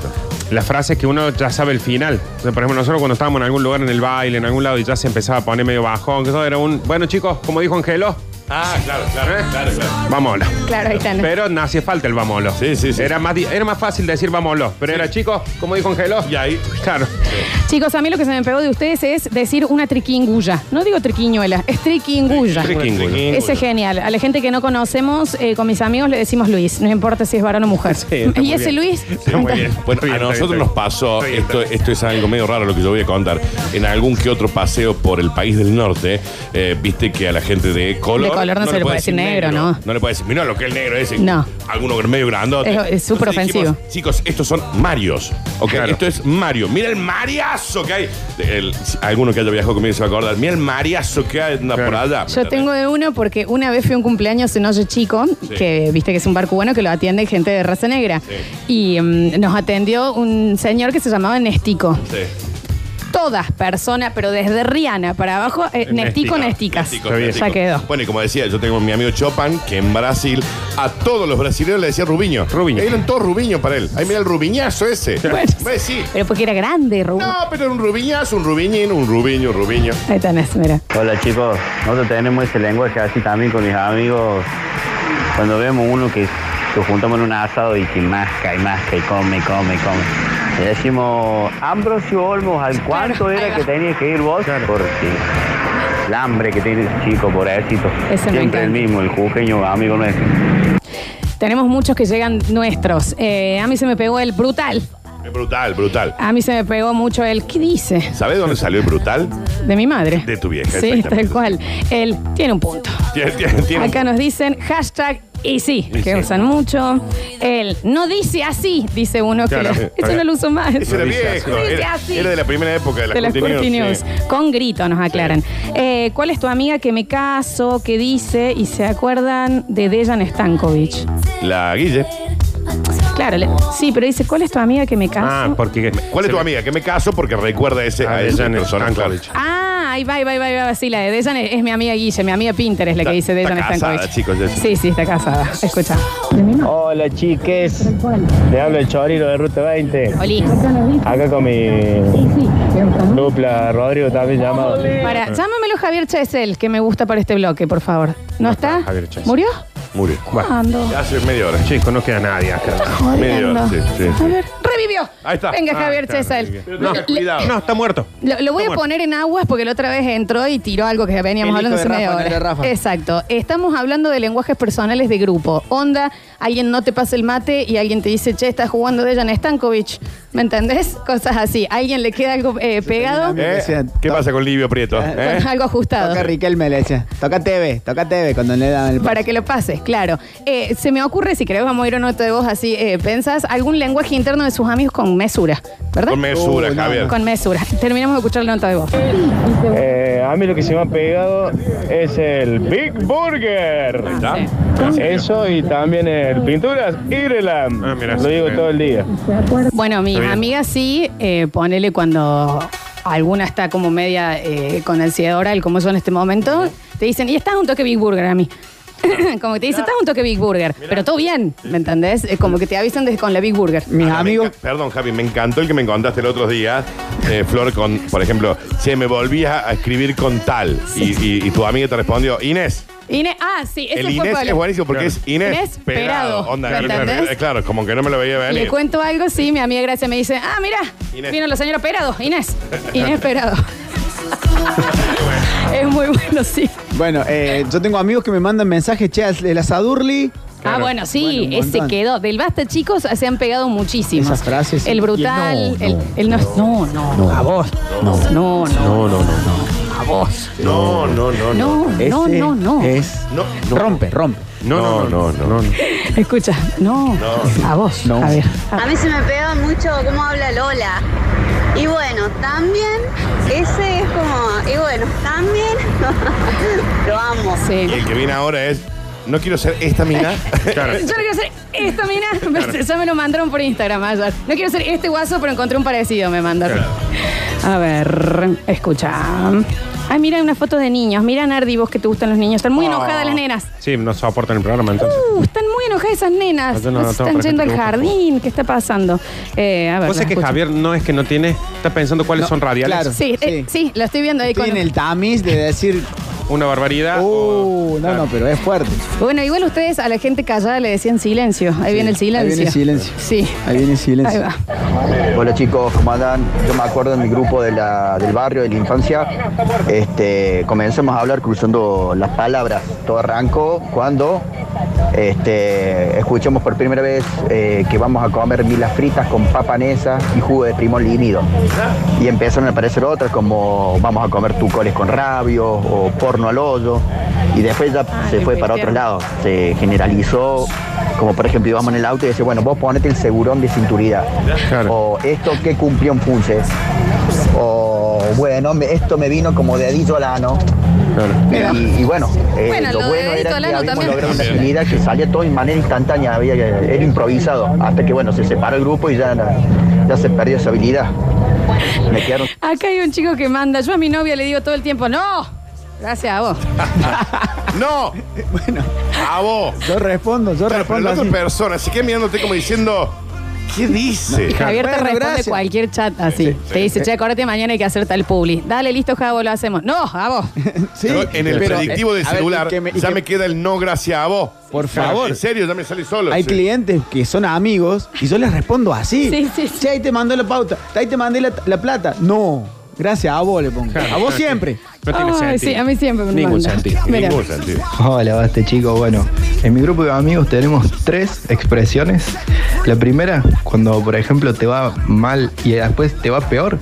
[SPEAKER 3] la frase es que uno ya sabe el final. O sea, por ejemplo, nosotros cuando estábamos en algún lugar en el baile, en algún lado, y ya se empezaba a poner medio bajón, que todo era un. Bueno, chicos, como dijo Angelo, ¿Eh?
[SPEAKER 2] Ah, claro, claro, claro, claro.
[SPEAKER 3] Vámonos.
[SPEAKER 1] Claro, ahí están.
[SPEAKER 3] Pero no hacía falta el vámonos.
[SPEAKER 2] Sí, sí, sí.
[SPEAKER 3] Era más, di- era más fácil decir vámonos. Pero era chicos, como dijo Angelo.
[SPEAKER 2] Y ahí.
[SPEAKER 3] Claro.
[SPEAKER 1] Chicos, a mí lo que se me pegó de ustedes es decir una triquingulla. No digo triquiñuela, es triquingulla.
[SPEAKER 3] Triquingulo.
[SPEAKER 1] Ese es genial. A la gente que no conocemos, eh, con mis amigos le decimos Luis, no importa si es varón o mujer.
[SPEAKER 3] está
[SPEAKER 1] y
[SPEAKER 3] muy
[SPEAKER 1] ese
[SPEAKER 3] bien.
[SPEAKER 1] Luis,
[SPEAKER 3] Sí,
[SPEAKER 1] *laughs*
[SPEAKER 3] muy bien.
[SPEAKER 2] Bueno,
[SPEAKER 3] Está bien,
[SPEAKER 2] a
[SPEAKER 3] está
[SPEAKER 2] nosotros
[SPEAKER 3] bien,
[SPEAKER 2] nos
[SPEAKER 3] está
[SPEAKER 2] pasó,
[SPEAKER 3] bien. Está
[SPEAKER 2] esto,
[SPEAKER 3] bien, está
[SPEAKER 2] esto es algo medio raro lo que yo voy a contar, en algún que otro paseo por el país del norte, eh, viste que a la gente de color...
[SPEAKER 1] De color no se le puede decir negro, ¿no?
[SPEAKER 2] No le puede decir, mira lo que es el negro ese.
[SPEAKER 1] No.
[SPEAKER 2] Alguno medio grandote.
[SPEAKER 1] Es- es súper
[SPEAKER 2] Entonces dijimos,
[SPEAKER 1] ofensivo.
[SPEAKER 2] Chicos, estos son Marios, ¿ok?
[SPEAKER 3] Claro.
[SPEAKER 2] Esto es Mario. Mira el mariazo que hay. El- si alguno que haya viajado conmigo se va a acordar. Mira el mariazo que hay anda
[SPEAKER 3] Claro.
[SPEAKER 2] por allá.
[SPEAKER 1] yo tengo de uno porque una vez fui a un cumpleaños de un hoyo chico, que viste que es un bar cubano que lo atiende gente de raza negra. Y mm, nos atendió un señor que se llamaba Nestico.
[SPEAKER 2] Sí.
[SPEAKER 1] Todas personas, pero desde Rihanna para abajo, eh,
[SPEAKER 3] Nestico.
[SPEAKER 1] Nestico, Nesticas.
[SPEAKER 2] Nestico,
[SPEAKER 1] Ya
[SPEAKER 2] Nestico.
[SPEAKER 1] quedó.
[SPEAKER 2] Bueno, y como decía, yo tengo a mi amigo Chopan, que en Brasil a todos los brasileños le decía Rubiño.
[SPEAKER 3] Rubiño.
[SPEAKER 2] Eran todos Rubiño para él. Ahí mira el rubiñazo ese.
[SPEAKER 1] Bueno.
[SPEAKER 2] Pues sí.
[SPEAKER 1] Pero porque era grande, Rubén.
[SPEAKER 2] No, pero era un rubiñazo, un rubiñín, un rubiño, un rubiño.
[SPEAKER 1] Ahí tenés, mira.
[SPEAKER 9] Hola chicos, nosotros tenemos ese lenguaje así también con mis amigos. Cuando vemos uno que nos juntamos en un asado y que masca y masca y come, come, come. Le decimos, Ambrosio Olmos, ¿al cuánto
[SPEAKER 1] ahí
[SPEAKER 9] era
[SPEAKER 1] va.
[SPEAKER 9] que tenías que ir vos? Porque el hambre que tiene ese chico, por éxito.
[SPEAKER 1] Ese me
[SPEAKER 9] Siempre el
[SPEAKER 1] encanta.
[SPEAKER 9] mismo, el jujeño, amigo nuestro.
[SPEAKER 1] Tenemos muchos que llegan nuestros. Eh, a mí se me pegó el brutal.
[SPEAKER 2] Es brutal, brutal.
[SPEAKER 1] A mí se me pegó mucho el ¿qué dice?
[SPEAKER 2] ¿Sabes dónde salió el brutal?
[SPEAKER 1] De mi madre.
[SPEAKER 2] De tu vieja,
[SPEAKER 1] Sí,
[SPEAKER 2] exactamente.
[SPEAKER 1] tal cual. Él tiene un punto.
[SPEAKER 2] Tiene- tiene- tiene-
[SPEAKER 1] Acá nos dicen hashtag y sí,
[SPEAKER 2] Y
[SPEAKER 1] que
[SPEAKER 2] sí.
[SPEAKER 1] usan mucho. Él no dice así, dice uno *laughs*
[SPEAKER 3] Claro.
[SPEAKER 1] que eso no lo uso más.
[SPEAKER 2] Ese era viejo.
[SPEAKER 1] Dice
[SPEAKER 2] Era,
[SPEAKER 1] así.
[SPEAKER 2] era de la primera época de la
[SPEAKER 1] De las Curti News. Con grito nos aclaran. Eh, ¿Cuál es tu amiga que me caso, que dice y se acuerdan de Dejan Stankovic?
[SPEAKER 2] La Guille.
[SPEAKER 1] Claro, le- sí, pero dice, ¿cuál es tu amiga que me caso?
[SPEAKER 3] Ah, porque.
[SPEAKER 2] ¿Cuál es tu amiga? Que me caso porque recuerda ese, a ese personaje. claro.
[SPEAKER 1] Ah, ahí va, ahí va, ahí va, ahí va. Sí, la de Dejan es, es mi amiga Guille, mi amiga Pinter es la que
[SPEAKER 2] Está-
[SPEAKER 1] dice
[SPEAKER 2] está
[SPEAKER 1] Dejan
[SPEAKER 2] casada,
[SPEAKER 1] Stankovic.
[SPEAKER 2] chicos, Dejan.
[SPEAKER 1] sí, sí, está casada. Escucha.
[SPEAKER 10] Hola chiques, le hablo el chorilo de Ruta 20.
[SPEAKER 1] Oli.
[SPEAKER 10] Acá con mi dupla Rodrigo también llamado.
[SPEAKER 1] Para, llámamelo Javier Chesel, que me gusta para este bloque, por favor. ¿No, está?
[SPEAKER 3] Javier Chesel.
[SPEAKER 1] ¿Murió?
[SPEAKER 2] Murió.
[SPEAKER 3] Bueno,
[SPEAKER 1] Ando.
[SPEAKER 2] Hace media hora.
[SPEAKER 3] chicos, no queda nadie acá.
[SPEAKER 2] Media hora, sí, sí.
[SPEAKER 1] A ver, revivió.
[SPEAKER 2] *laughs* Ahí está.
[SPEAKER 1] Venga,
[SPEAKER 2] Ah,
[SPEAKER 1] Javier
[SPEAKER 3] claro,
[SPEAKER 1] Chesel.
[SPEAKER 2] Pero
[SPEAKER 3] No,
[SPEAKER 2] tenga cuidado.
[SPEAKER 3] no, está muerto.
[SPEAKER 1] Lo, lo voy a
[SPEAKER 3] Está muerto.
[SPEAKER 1] poner en aguas porque la otra vez entró y tiró algo que veníamos
[SPEAKER 4] El hijo
[SPEAKER 1] hablando
[SPEAKER 4] de
[SPEAKER 1] hace media
[SPEAKER 4] Rafa, no era
[SPEAKER 1] hora.
[SPEAKER 4] Rafa.
[SPEAKER 1] Exacto. Estamos hablando de lenguajes personales de grupo. Onda, alguien no te pasa el mate y alguien te dice, che, estás jugando de Jan Stankovic. ¿Me entendés? *laughs* Cosas así. A alguien le queda algo eh, pegado,
[SPEAKER 4] termina-
[SPEAKER 2] ¿Eh?
[SPEAKER 8] Decían,
[SPEAKER 2] ¿Qué
[SPEAKER 8] to-
[SPEAKER 2] pasa con Livio Prieto?
[SPEAKER 3] Ah,
[SPEAKER 2] ¿Eh?
[SPEAKER 1] con algo ajustado.
[SPEAKER 8] Toca Riquelme, le decía. Toca TV, toca TV cuando le daban el
[SPEAKER 1] Para que lo pases, claro. Eh, se me ocurre, si querés, vamos a ir a una nota de voz así, eh, pensás, algún lenguaje interno de sus amigos con mesura, ¿verdad?
[SPEAKER 2] Con mesura,
[SPEAKER 8] Uh, no,
[SPEAKER 2] Javier.
[SPEAKER 1] Con mesura. Terminamos de escuchar la nota de voz.
[SPEAKER 10] Eh, a mí lo que se me ha pegado es el Big Burger.
[SPEAKER 2] ¿Está?
[SPEAKER 1] Sí.
[SPEAKER 10] Eso y también el Pinturas Ireland.
[SPEAKER 3] Ah, mira,
[SPEAKER 10] Lo digo
[SPEAKER 3] sí.
[SPEAKER 10] todo el día.
[SPEAKER 1] Bueno, mis
[SPEAKER 3] bien.
[SPEAKER 1] amigas sí, eh, ponele cuando alguna está como media eh, con ansiedad oral, como yo en este momento, te dicen, y estás un toque Big Burger
[SPEAKER 2] *laughs*
[SPEAKER 1] a mí. como que te dicen, estás un toque Big Burger, pero todo bien, ¿me entendés? Eh, como que te avisan desde con la Big Burger.
[SPEAKER 8] Mis
[SPEAKER 2] Ah, me
[SPEAKER 8] amigos,
[SPEAKER 2] enca- Perdón, Javi, me encantó el que me contaste el otro día, eh, Flor, con, por ejemplo, che, me volví a a escribir con tal. Y, y- y tu amiga te respondió, Inés.
[SPEAKER 1] Inés, ah, sí, ese
[SPEAKER 2] el
[SPEAKER 1] fue
[SPEAKER 2] Inés
[SPEAKER 1] Pablo.
[SPEAKER 2] es buenísimo porque es Inés,
[SPEAKER 1] Inés
[SPEAKER 2] Perado.
[SPEAKER 1] Perado,
[SPEAKER 2] Onda,
[SPEAKER 1] ¿me
[SPEAKER 2] claro,
[SPEAKER 1] entendés?
[SPEAKER 2] claro, claro, como que no me lo veía venir.
[SPEAKER 1] Le cuento algo, sí, mi amiga Gracia me dice, ah, mira,
[SPEAKER 2] Inés.
[SPEAKER 1] vino la señora Perado, Inés,
[SPEAKER 2] *laughs*
[SPEAKER 1] Inés Perado. es muy bueno, sí.
[SPEAKER 8] bueno, eh, yo tengo amigos que me mandan mensajes, che, el asadurli.
[SPEAKER 1] Ah, bueno,
[SPEAKER 8] Bueno,
[SPEAKER 1] sí,
[SPEAKER 8] un
[SPEAKER 1] ese
[SPEAKER 8] montón.
[SPEAKER 1] quedó. Del basta, chicos, se han pegado muchísimos.
[SPEAKER 8] Esas frases, sí.
[SPEAKER 1] El brutal,
[SPEAKER 8] Y
[SPEAKER 1] el,
[SPEAKER 8] el
[SPEAKER 1] no, el, no, no, no, a vos. No, no, no, no, a vos.
[SPEAKER 2] No, no, no, no.
[SPEAKER 1] No, no,
[SPEAKER 8] Ese
[SPEAKER 1] no, no.
[SPEAKER 8] Es,
[SPEAKER 2] No,
[SPEAKER 8] Rompe, rompe.
[SPEAKER 3] No, no, no, no.
[SPEAKER 1] Escucha, no, a vos.
[SPEAKER 8] No.
[SPEAKER 1] A ver. a-
[SPEAKER 11] A mí se me pega mucho cómo habla Lola. Y bueno, también, ese es como, y bueno, también *laughs* lo amo.
[SPEAKER 2] Y
[SPEAKER 1] sí.
[SPEAKER 2] el que viene ahora es, no quiero ser esta
[SPEAKER 1] *laughs*
[SPEAKER 2] mina. *laughs*
[SPEAKER 3] Claro.
[SPEAKER 1] Yo no quiero hacer esta mina. *laughs* Ya me lo mandaron por Instagram ayer. No quiero hacer este guaso, pero encontré un parecido, me mandaron. A ver, escucha. Ay, mira una foto de niños. Mira, Nardi, vos que te gustan los niños. Están muy enojadas las nenas.
[SPEAKER 3] Sí, no soportan el programa entonces.
[SPEAKER 1] Uh, están muy enojadas esas nenas.
[SPEAKER 3] No, yo no,
[SPEAKER 1] No se
[SPEAKER 3] tengo
[SPEAKER 1] están yendo
[SPEAKER 3] presente
[SPEAKER 1] al
[SPEAKER 3] que vos
[SPEAKER 1] jardín. ¿Qué está pasando? Eh, a
[SPEAKER 3] Vos
[SPEAKER 1] ver. la
[SPEAKER 3] sabés que
[SPEAKER 1] escucho.
[SPEAKER 3] Javier no es que no tiene, está pensando cuáles
[SPEAKER 8] No,
[SPEAKER 3] son radiales.
[SPEAKER 8] claro.
[SPEAKER 1] Sí, eh, sí, la estoy viendo ahí con.
[SPEAKER 8] Tienen el tamiz de decir
[SPEAKER 3] una barbaridad.
[SPEAKER 8] Uh, no, no, pero es fuerte.
[SPEAKER 1] Bueno, igual ustedes a la gente callada le decían silencio. Ahí viene el silencio.
[SPEAKER 8] Ahí viene el silencio.
[SPEAKER 1] Sí.
[SPEAKER 8] Ahí viene el
[SPEAKER 1] Ahí
[SPEAKER 8] silencio.
[SPEAKER 1] va.
[SPEAKER 12] Hola chicos, ¿cómo andan? Yo me acuerdo en mi grupo de la- del barrio, de la infancia, este, comenzamos a hablar cruzando las palabras. Todo arrancó cuando este, escuchamos por primera vez eh, que vamos a comer milas fritas con papa nesa y jugo de primo límido. Y empezaron a aparecer otras como vamos a comer tucoles con rabio o porno al hoyo. Y después ya se fue para otro lado. Se generalizó, como por ejemplo íbamos en el auto y decía, bueno, vos ponete el segurón de cinturida. O esto que cumplió en funces. O bueno, me- esto me vino como dedito al ano. Y, y bueno, eh,
[SPEAKER 1] Bueno,
[SPEAKER 12] lo
[SPEAKER 1] lo de
[SPEAKER 12] bueno
[SPEAKER 1] dedito
[SPEAKER 12] era
[SPEAKER 1] al
[SPEAKER 12] que
[SPEAKER 1] ano
[SPEAKER 12] habíamos
[SPEAKER 1] también.
[SPEAKER 12] logrado una agilidad que salía todo de manera instantánea, había, era improvisado, hasta que bueno, se separó el grupo y ya, ya se perdió esa habilidad. Me quedaron
[SPEAKER 1] Acá hay un chico que manda. Yo a mi novia le digo todo el tiempo, no. Gracias a vos.
[SPEAKER 2] ¡No!
[SPEAKER 8] Bueno,
[SPEAKER 2] ¡A vos!
[SPEAKER 8] yo respondo, yo
[SPEAKER 2] Claro, pero
[SPEAKER 8] respondo.
[SPEAKER 2] la otra
[SPEAKER 8] así.
[SPEAKER 2] persona, así que mirándote como diciendo, ¿qué dice?
[SPEAKER 1] Javier te
[SPEAKER 8] Bueno,
[SPEAKER 1] responde
[SPEAKER 8] gracias.
[SPEAKER 1] cualquier chat así. te dice, che, acordate, mañana hay que hacer tal publi. Dale, listo, Javo, lo hacemos. No, a vos.
[SPEAKER 8] Sí,
[SPEAKER 2] Yo en el
[SPEAKER 8] pero- eh,
[SPEAKER 2] predictivo
[SPEAKER 8] a
[SPEAKER 2] del
[SPEAKER 8] ver, y
[SPEAKER 2] celular
[SPEAKER 8] que me- y
[SPEAKER 2] ya
[SPEAKER 8] que-
[SPEAKER 2] me queda el no gracias a vos.
[SPEAKER 8] Por
[SPEAKER 2] Claro,
[SPEAKER 8] favor.
[SPEAKER 2] En serio, ya me sale solo.
[SPEAKER 8] Hay
[SPEAKER 2] sí.
[SPEAKER 8] clientes que son amigos y yo les respondo así.
[SPEAKER 1] Sí, sí, sí.
[SPEAKER 8] Che, ahí te mandó la pauta. Ahí te mandé la, la plata. No. Gracias, a vos le pongo.
[SPEAKER 3] Claro,
[SPEAKER 8] a vos
[SPEAKER 3] claro,
[SPEAKER 8] siempre.
[SPEAKER 3] No tiene
[SPEAKER 1] Ay,
[SPEAKER 3] sentido.
[SPEAKER 1] sí, a mí siempre me
[SPEAKER 3] Ningún
[SPEAKER 1] manda.
[SPEAKER 3] sentido.
[SPEAKER 1] Mira.
[SPEAKER 2] Ningún sentido.
[SPEAKER 12] Hola, basta chicos. Bueno, en mi grupo de amigos tenemos tres expresiones. La primera, cuando por ejemplo te va mal y después te va peor,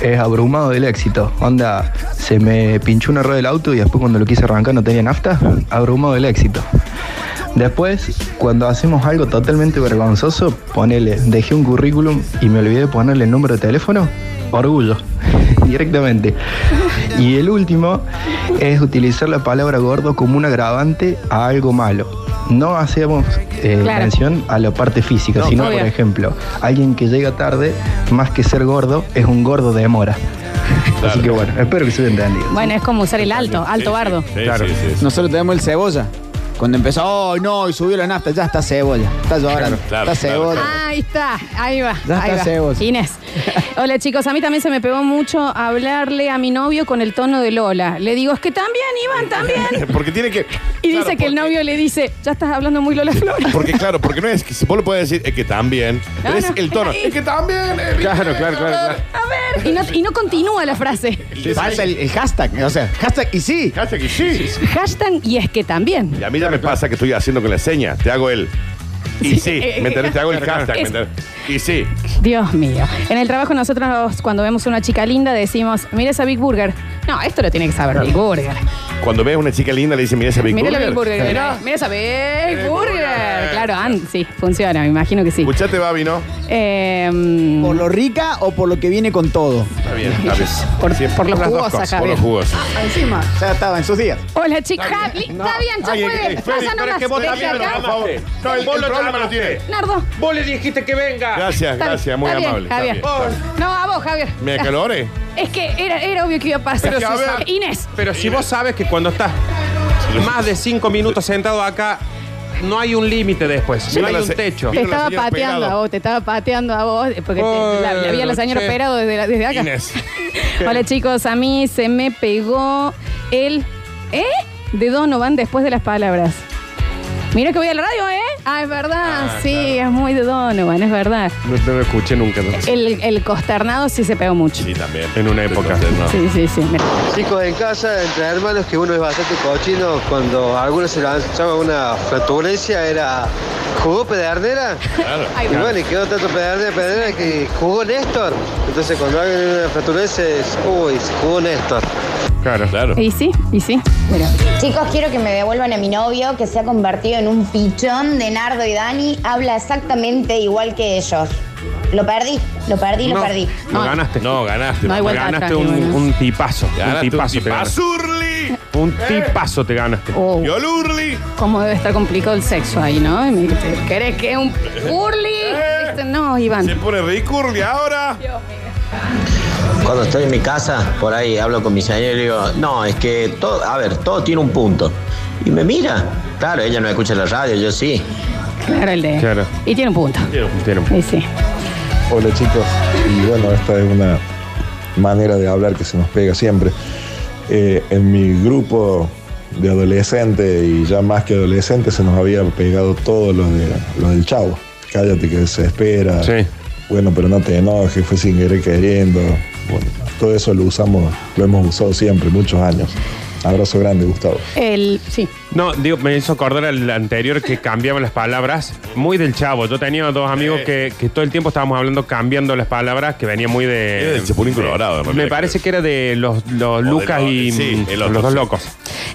[SPEAKER 12] es abrumado del éxito. Onda, se me pinchó una rueda del auto y después cuando lo quise arrancar no tenía nafta, abrumado del éxito. Después, cuando hacemos algo totalmente vergonzoso, ponele, dejé un currículum y me olvidé de ponerle el número de teléfono, orgullo, *laughs* directamente. Y el último es utilizar la palabra gordo como un agravante a algo malo. No hacemos eh,
[SPEAKER 1] Claro.
[SPEAKER 12] mención a la parte física,
[SPEAKER 1] No,
[SPEAKER 12] sino,
[SPEAKER 1] obvio.
[SPEAKER 12] por ejemplo, alguien que llega tarde, más que ser gordo, es un gordo de mora. Así que bueno, espero que se haya entendido.
[SPEAKER 1] Bueno, es como usar el alto, alto bardo.
[SPEAKER 2] Sí,
[SPEAKER 3] Claro.
[SPEAKER 2] sí, sí, sí.
[SPEAKER 8] Nosotros tenemos el cebolla. Cuando empezó, oh no, y subió la nafta, ya está cebolla. Está llorando.
[SPEAKER 2] claro,
[SPEAKER 8] está
[SPEAKER 2] claro,
[SPEAKER 8] cebolla.
[SPEAKER 1] Ahí está, ahí va.
[SPEAKER 8] Ya
[SPEAKER 1] ahí
[SPEAKER 8] está,
[SPEAKER 1] va.
[SPEAKER 8] Sebos.
[SPEAKER 1] Inés. Hola chicos, a mí también se me pegó mucho hablarle a mi novio con el tono de Lola. Le digo, es que también, Iván, también.
[SPEAKER 2] *laughs* Porque tiene que.
[SPEAKER 1] Y
[SPEAKER 2] claro,
[SPEAKER 1] dice que el
[SPEAKER 2] porque-
[SPEAKER 1] novio le dice, ya estás hablando muy Lola Flores.
[SPEAKER 2] Porque claro, porque no es que vos lo puedes decir, es que también. pero
[SPEAKER 1] No,
[SPEAKER 2] es
[SPEAKER 1] no.
[SPEAKER 2] el tono. Es que también. eh,
[SPEAKER 3] Claro, claro, claro, claro.
[SPEAKER 1] A ver. Y no, y no continúa la frase.
[SPEAKER 2] Sí, sí.
[SPEAKER 8] Falta el, el hashtag, o sea, hashtag y sí.
[SPEAKER 2] Cacha que sí.
[SPEAKER 1] Hashtag y es que también.
[SPEAKER 2] Y a mí ya me pasa que estoy haciendo con la seña. Te hago el. Y sí,
[SPEAKER 1] Eh,
[SPEAKER 2] ¿me entendés? Te hago el hashtag, ¿me
[SPEAKER 1] Es-
[SPEAKER 2] entendés? Y sí.
[SPEAKER 1] Dios mío. En el trabajo nosotros cuando vemos una chica linda decimos, mira esa Big Burger. No, esto lo tiene que saber Big Burger.
[SPEAKER 2] Cuando ves a una chica linda, le dices, mira ese Big
[SPEAKER 1] Mira la Big
[SPEAKER 2] Burger.
[SPEAKER 1] Burger. que
[SPEAKER 2] Mirá.
[SPEAKER 1] hay. Mira esa Big
[SPEAKER 2] Big
[SPEAKER 1] Burger.
[SPEAKER 2] Burger.
[SPEAKER 1] Claro, an- sí, funciona, me imagino que sí.
[SPEAKER 2] Escuchate, Babi, ¿no?
[SPEAKER 1] Eh,
[SPEAKER 8] ¿Por lo rica o por lo que viene con todo?
[SPEAKER 2] Está bien, está bien.
[SPEAKER 1] Por-
[SPEAKER 2] Siempre
[SPEAKER 1] por lo
[SPEAKER 2] las dos
[SPEAKER 1] jugosa,
[SPEAKER 2] cosas, Por
[SPEAKER 1] Javier.
[SPEAKER 2] lo jugosa.
[SPEAKER 8] Encima, ya estaba en sus días.
[SPEAKER 1] Hola, chicos. Está bien, ya
[SPEAKER 2] Ay, eh,
[SPEAKER 1] puede.
[SPEAKER 2] eh,
[SPEAKER 1] Pasa
[SPEAKER 2] Félix, pero es
[SPEAKER 1] nomás.
[SPEAKER 2] que vos
[SPEAKER 1] Deje
[SPEAKER 2] también,
[SPEAKER 1] acá.
[SPEAKER 2] por favor. No, el, el problema lo tiene.
[SPEAKER 1] Nardo.
[SPEAKER 3] Vos le dijiste que venga.
[SPEAKER 2] Gracias,
[SPEAKER 1] está-
[SPEAKER 2] gracias, muy
[SPEAKER 1] está bien,
[SPEAKER 2] amable.
[SPEAKER 1] Javier.
[SPEAKER 2] está bien, está bien.
[SPEAKER 1] No, a vos, Javier.
[SPEAKER 2] ¿Me acalore?
[SPEAKER 1] Es que era, era obvio que iba a pasar.
[SPEAKER 2] Pero si
[SPEAKER 1] Sus-
[SPEAKER 2] a ver-
[SPEAKER 1] Inés.
[SPEAKER 3] Pero si vos sabes que cuando estás más de cinco minutos sentado acá, no hay un límite después, no hay
[SPEAKER 2] la
[SPEAKER 3] un
[SPEAKER 2] se-
[SPEAKER 3] techo.
[SPEAKER 1] Te
[SPEAKER 2] Vino la
[SPEAKER 1] estaba
[SPEAKER 2] señora
[SPEAKER 1] pateando
[SPEAKER 2] Pelado.
[SPEAKER 1] a vos, te estaba pateando a vos, eh, porque te- la, la vi a la señora
[SPEAKER 3] Che.
[SPEAKER 1] operado desde, la- desde acá.
[SPEAKER 2] Inés.
[SPEAKER 1] *laughs* Hola chicos, a mí se me pegó el ¿eh? de Donovan después de las palabras. Mira que voy a la radio, ¿eh? Ah, es verdad, sí, es muy de Donovan, es verdad.
[SPEAKER 3] No te lo escuché nunca. ¿no?
[SPEAKER 1] El, el costernado sí se pegó mucho.
[SPEAKER 2] Sí, también.
[SPEAKER 3] En una época.
[SPEAKER 2] No.
[SPEAKER 1] Sí, sí, sí. mira.
[SPEAKER 12] Chicos, en casa, entre hermanos, que uno es bastante cochino, cuando algunos se lanzaba una flatulencia, era jugó pedernera.
[SPEAKER 2] Claro.
[SPEAKER 1] Ahí
[SPEAKER 12] Y
[SPEAKER 1] va.
[SPEAKER 12] bueno, y quedó tanto pedernera, pedernera que jugó Néstor. Entonces, cuando alguien en una flatulencia, es, uy, se jugó Néstor.
[SPEAKER 2] Claro. Claro.
[SPEAKER 1] Y sí, y sí. Mira.
[SPEAKER 13] Chicos, quiero que me devuelvan a mi novio que se ha convertido en un pichón de Nardo y Dani. Habla exactamente igual que ellos. Lo perdí, lo perdí, lo
[SPEAKER 3] No,
[SPEAKER 13] perdí.
[SPEAKER 3] lo ganaste.
[SPEAKER 2] No, ganaste.
[SPEAKER 1] No hay vuelta
[SPEAKER 3] ganaste
[SPEAKER 1] atrás,
[SPEAKER 3] un,
[SPEAKER 1] ni bueno.
[SPEAKER 3] un tipazo.
[SPEAKER 2] Ganaste
[SPEAKER 3] un tipazo Eh.
[SPEAKER 2] un
[SPEAKER 3] te ganaste.
[SPEAKER 2] tipazurli.
[SPEAKER 3] Un tipazo te ganaste.
[SPEAKER 1] Oh,
[SPEAKER 2] Y olurli.
[SPEAKER 1] cómo debe estar complicado el sexo ahí, ¿no? Y me- ¿Querés que un
[SPEAKER 2] Eh.
[SPEAKER 1] burly? Este, No, Iván.
[SPEAKER 2] Se pone ricurli ahora.
[SPEAKER 12] Cuando estoy en mi casa, por ahí hablo con mi señora y le digo, no, es que todo, a ver, todo tiene un punto. Y me mira. Claro, ella no escucha la radio, yo sí.
[SPEAKER 1] Claro, el de.
[SPEAKER 3] Claro.
[SPEAKER 1] Y tiene un punto.
[SPEAKER 3] Tiene un-
[SPEAKER 1] Y sí.
[SPEAKER 10] Hola chicos, y bueno, esta es una manera de hablar que se nos pega siempre.
[SPEAKER 14] eh, en mi grupo de adolescente y ya más que adolescente se nos había pegado todo lo, de, lo del chavo. Cállate que se espera. Bueno, pero no te enojes, fue sin querer queriendo. Bueno, todo eso lo usamos, lo hemos usado siempre, muchos años. Abrazo grande, Gustavo.
[SPEAKER 1] El, sí.
[SPEAKER 3] No, digo, me hizo acordar al anterior que cambiaban las palabras muy del chavo. Yo tenía dos amigos que, que todo el tiempo estábamos hablando cambiando las palabras, que venía muy de.
[SPEAKER 2] Era del Chapulín
[SPEAKER 3] de-
[SPEAKER 2] Colorado, me
[SPEAKER 3] Me
[SPEAKER 2] parece
[SPEAKER 3] parece que era de los, los Lucas y mm,
[SPEAKER 2] sí, el otro,
[SPEAKER 3] los dos
[SPEAKER 2] sí.
[SPEAKER 3] locos.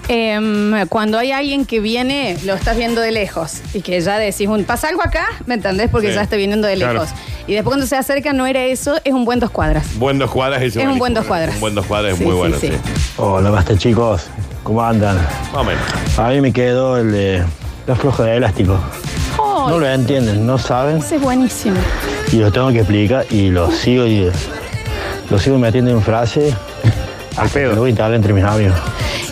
[SPEAKER 1] Em, cuando hay alguien que viene, lo estás viendo de lejos y que ya decís, un, pasa algo acá, ¿me entendés? Porque
[SPEAKER 2] Sí.
[SPEAKER 1] ya está viniendo de
[SPEAKER 2] Claro.
[SPEAKER 1] lejos. Y después cuando se acerca no era eso, es un buen dos cuadras.
[SPEAKER 2] Buen dos cuadras
[SPEAKER 1] Es un buen dos cuadras.
[SPEAKER 2] Un buen dos cuadras es muy
[SPEAKER 1] sí,
[SPEAKER 2] bueno,
[SPEAKER 1] sí.
[SPEAKER 2] sí.
[SPEAKER 15] Hola, basta chicos. ¿Cómo andan?
[SPEAKER 2] Más o menos.
[SPEAKER 15] A mí me quedó el de la floja de elástico.
[SPEAKER 1] Oh,
[SPEAKER 15] No lo entienden, no saben
[SPEAKER 1] ese es buenísimo.
[SPEAKER 15] y lo tengo que explicar y lo sigo y lo sigo metiendo en frase.
[SPEAKER 2] Ah,
[SPEAKER 15] Al pedo. Lo voy a instalar entre mis amigos.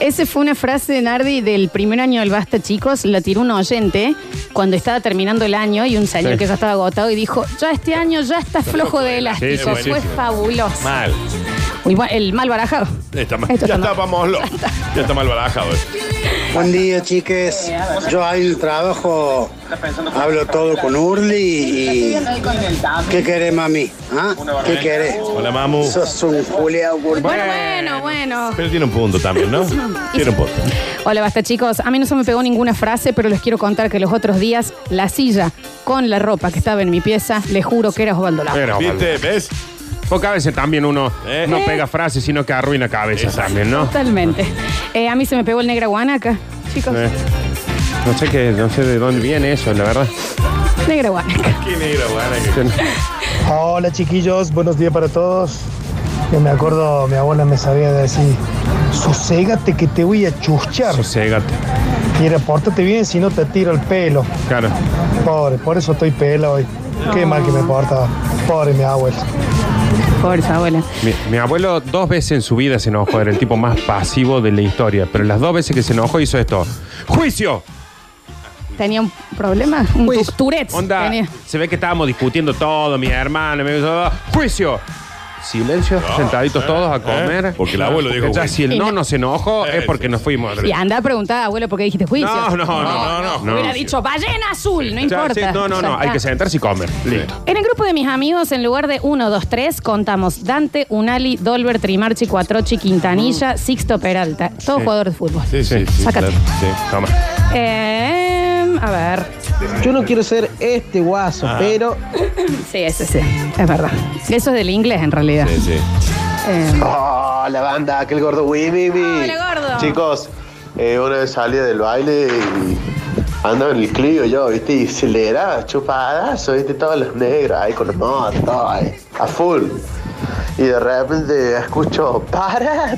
[SPEAKER 1] Ese fue una frase de Nardi del primer año del Basta, chicos. La tiró un oyente cuando estaba terminando el año y un señor
[SPEAKER 3] Sí.
[SPEAKER 1] que ya estaba agotado y dijo, ya este año ya está flojo de
[SPEAKER 3] Sí,
[SPEAKER 1] elástico.
[SPEAKER 3] sí,
[SPEAKER 1] fue
[SPEAKER 3] buenísimo.
[SPEAKER 1] fabuloso.
[SPEAKER 2] Mal.
[SPEAKER 1] Muy bu- el mal barajado.
[SPEAKER 2] Está mal.
[SPEAKER 1] Esto
[SPEAKER 2] Ya
[SPEAKER 1] está mal.
[SPEAKER 2] está, vámonos. Ya está mal barajado. eh.
[SPEAKER 16] Buen día, chiques. Yo ahí el trabajo hablo todo con Urli y. ¿Qué querés, mami? ¿Ah? ¿Qué querés?
[SPEAKER 2] Hola, mamu.
[SPEAKER 16] Sos un Julián
[SPEAKER 1] Bueno, bueno, bueno.
[SPEAKER 2] Pero tiene un punto también, ¿no? Tiene un punto.
[SPEAKER 1] Hola, basta chicos. A mí no se me pegó ninguna frase, pero les quiero contar que los otros días la silla con la ropa que estaba en mi pieza, les juro que era Osvaldo Lara.
[SPEAKER 3] Pero,
[SPEAKER 2] ¿Viste? ¿Ves?
[SPEAKER 3] Porque a veces también uno no pega frases, sino que arruina cabezas también, ¿no?
[SPEAKER 1] Totalmente. Eh, a mí se me pegó el negra guanaca, chicos.
[SPEAKER 3] Eh, no sé qué, no sé de dónde viene eso, la verdad.
[SPEAKER 1] Negra guanaca.
[SPEAKER 2] Qué negro,
[SPEAKER 17] Hola chiquillos, buenos días para todos. Yo me acuerdo, mi abuela me sabía decir, sosegate que te voy a chuchar.
[SPEAKER 3] Sosegate.
[SPEAKER 17] Y era, pórtate bien, si no te tiro el pelo.
[SPEAKER 3] Claro.
[SPEAKER 17] Pobre, por eso estoy pelo hoy. Qué mal que me portaba. Pobre mi abuela.
[SPEAKER 1] Pobre su abuela.
[SPEAKER 3] Mi, mi abuelo dos veces en su vida se enojó, era el tipo más pasivo de la historia, pero las dos veces que se enojó hizo esto. ¡Juicio!
[SPEAKER 1] Tenía un problema, un tus- Tourette's.
[SPEAKER 3] Onda,
[SPEAKER 1] Tenía.
[SPEAKER 3] se ve que estábamos discutiendo todo, mi hermano, mi ¡Juicio! Silencio, sentaditos todos a comer.
[SPEAKER 2] porque el abuelo dijo
[SPEAKER 3] Ya
[SPEAKER 2] juicio.
[SPEAKER 3] si eh, el
[SPEAKER 1] Y
[SPEAKER 3] no
[SPEAKER 1] no-
[SPEAKER 3] nos enojó es porque nos fuimos.
[SPEAKER 1] Y anda a preguntar, abuelo, ¿por qué dijiste juicio?
[SPEAKER 3] Eh, No, no, no, no, no. No.
[SPEAKER 1] Hubiera dicho ballena azul, no
[SPEAKER 3] Ya,
[SPEAKER 1] importa.
[SPEAKER 3] sí, no, no,
[SPEAKER 1] Ya
[SPEAKER 3] no, hay
[SPEAKER 1] está.
[SPEAKER 3] que sentarse y comer. Listo.
[SPEAKER 1] En el grupo de mis amigos, en lugar de 1, 2, 3, contamos Dante, Unali, Dolber, Trimarchi, Cuatrochi, Quintanilla, Sixto Peralta. Todos
[SPEAKER 3] Sí.
[SPEAKER 1] jugadores de fútbol.
[SPEAKER 3] Sí, sí,
[SPEAKER 1] sí, Sácate. claro,
[SPEAKER 3] Toma.
[SPEAKER 1] Eh, a ver.
[SPEAKER 18] Yo no quiero ser este guaso,
[SPEAKER 7] Ah.
[SPEAKER 1] Ajá.
[SPEAKER 18] pero.
[SPEAKER 1] Sí, ese sí, es verdad. Eso es del inglés en realidad. Em,
[SPEAKER 2] Sí, sí.
[SPEAKER 19] Hola Oh, banda, aquel gordo Wimmy.
[SPEAKER 1] Hola, gordo.
[SPEAKER 19] Chicos, eh, una vez salí del baile y andaba en el Clio yo, viste, y aceleraba, chupadazo, viste, todos los negros ahí con la moto, ahí, a full. Y de repente escucho, para,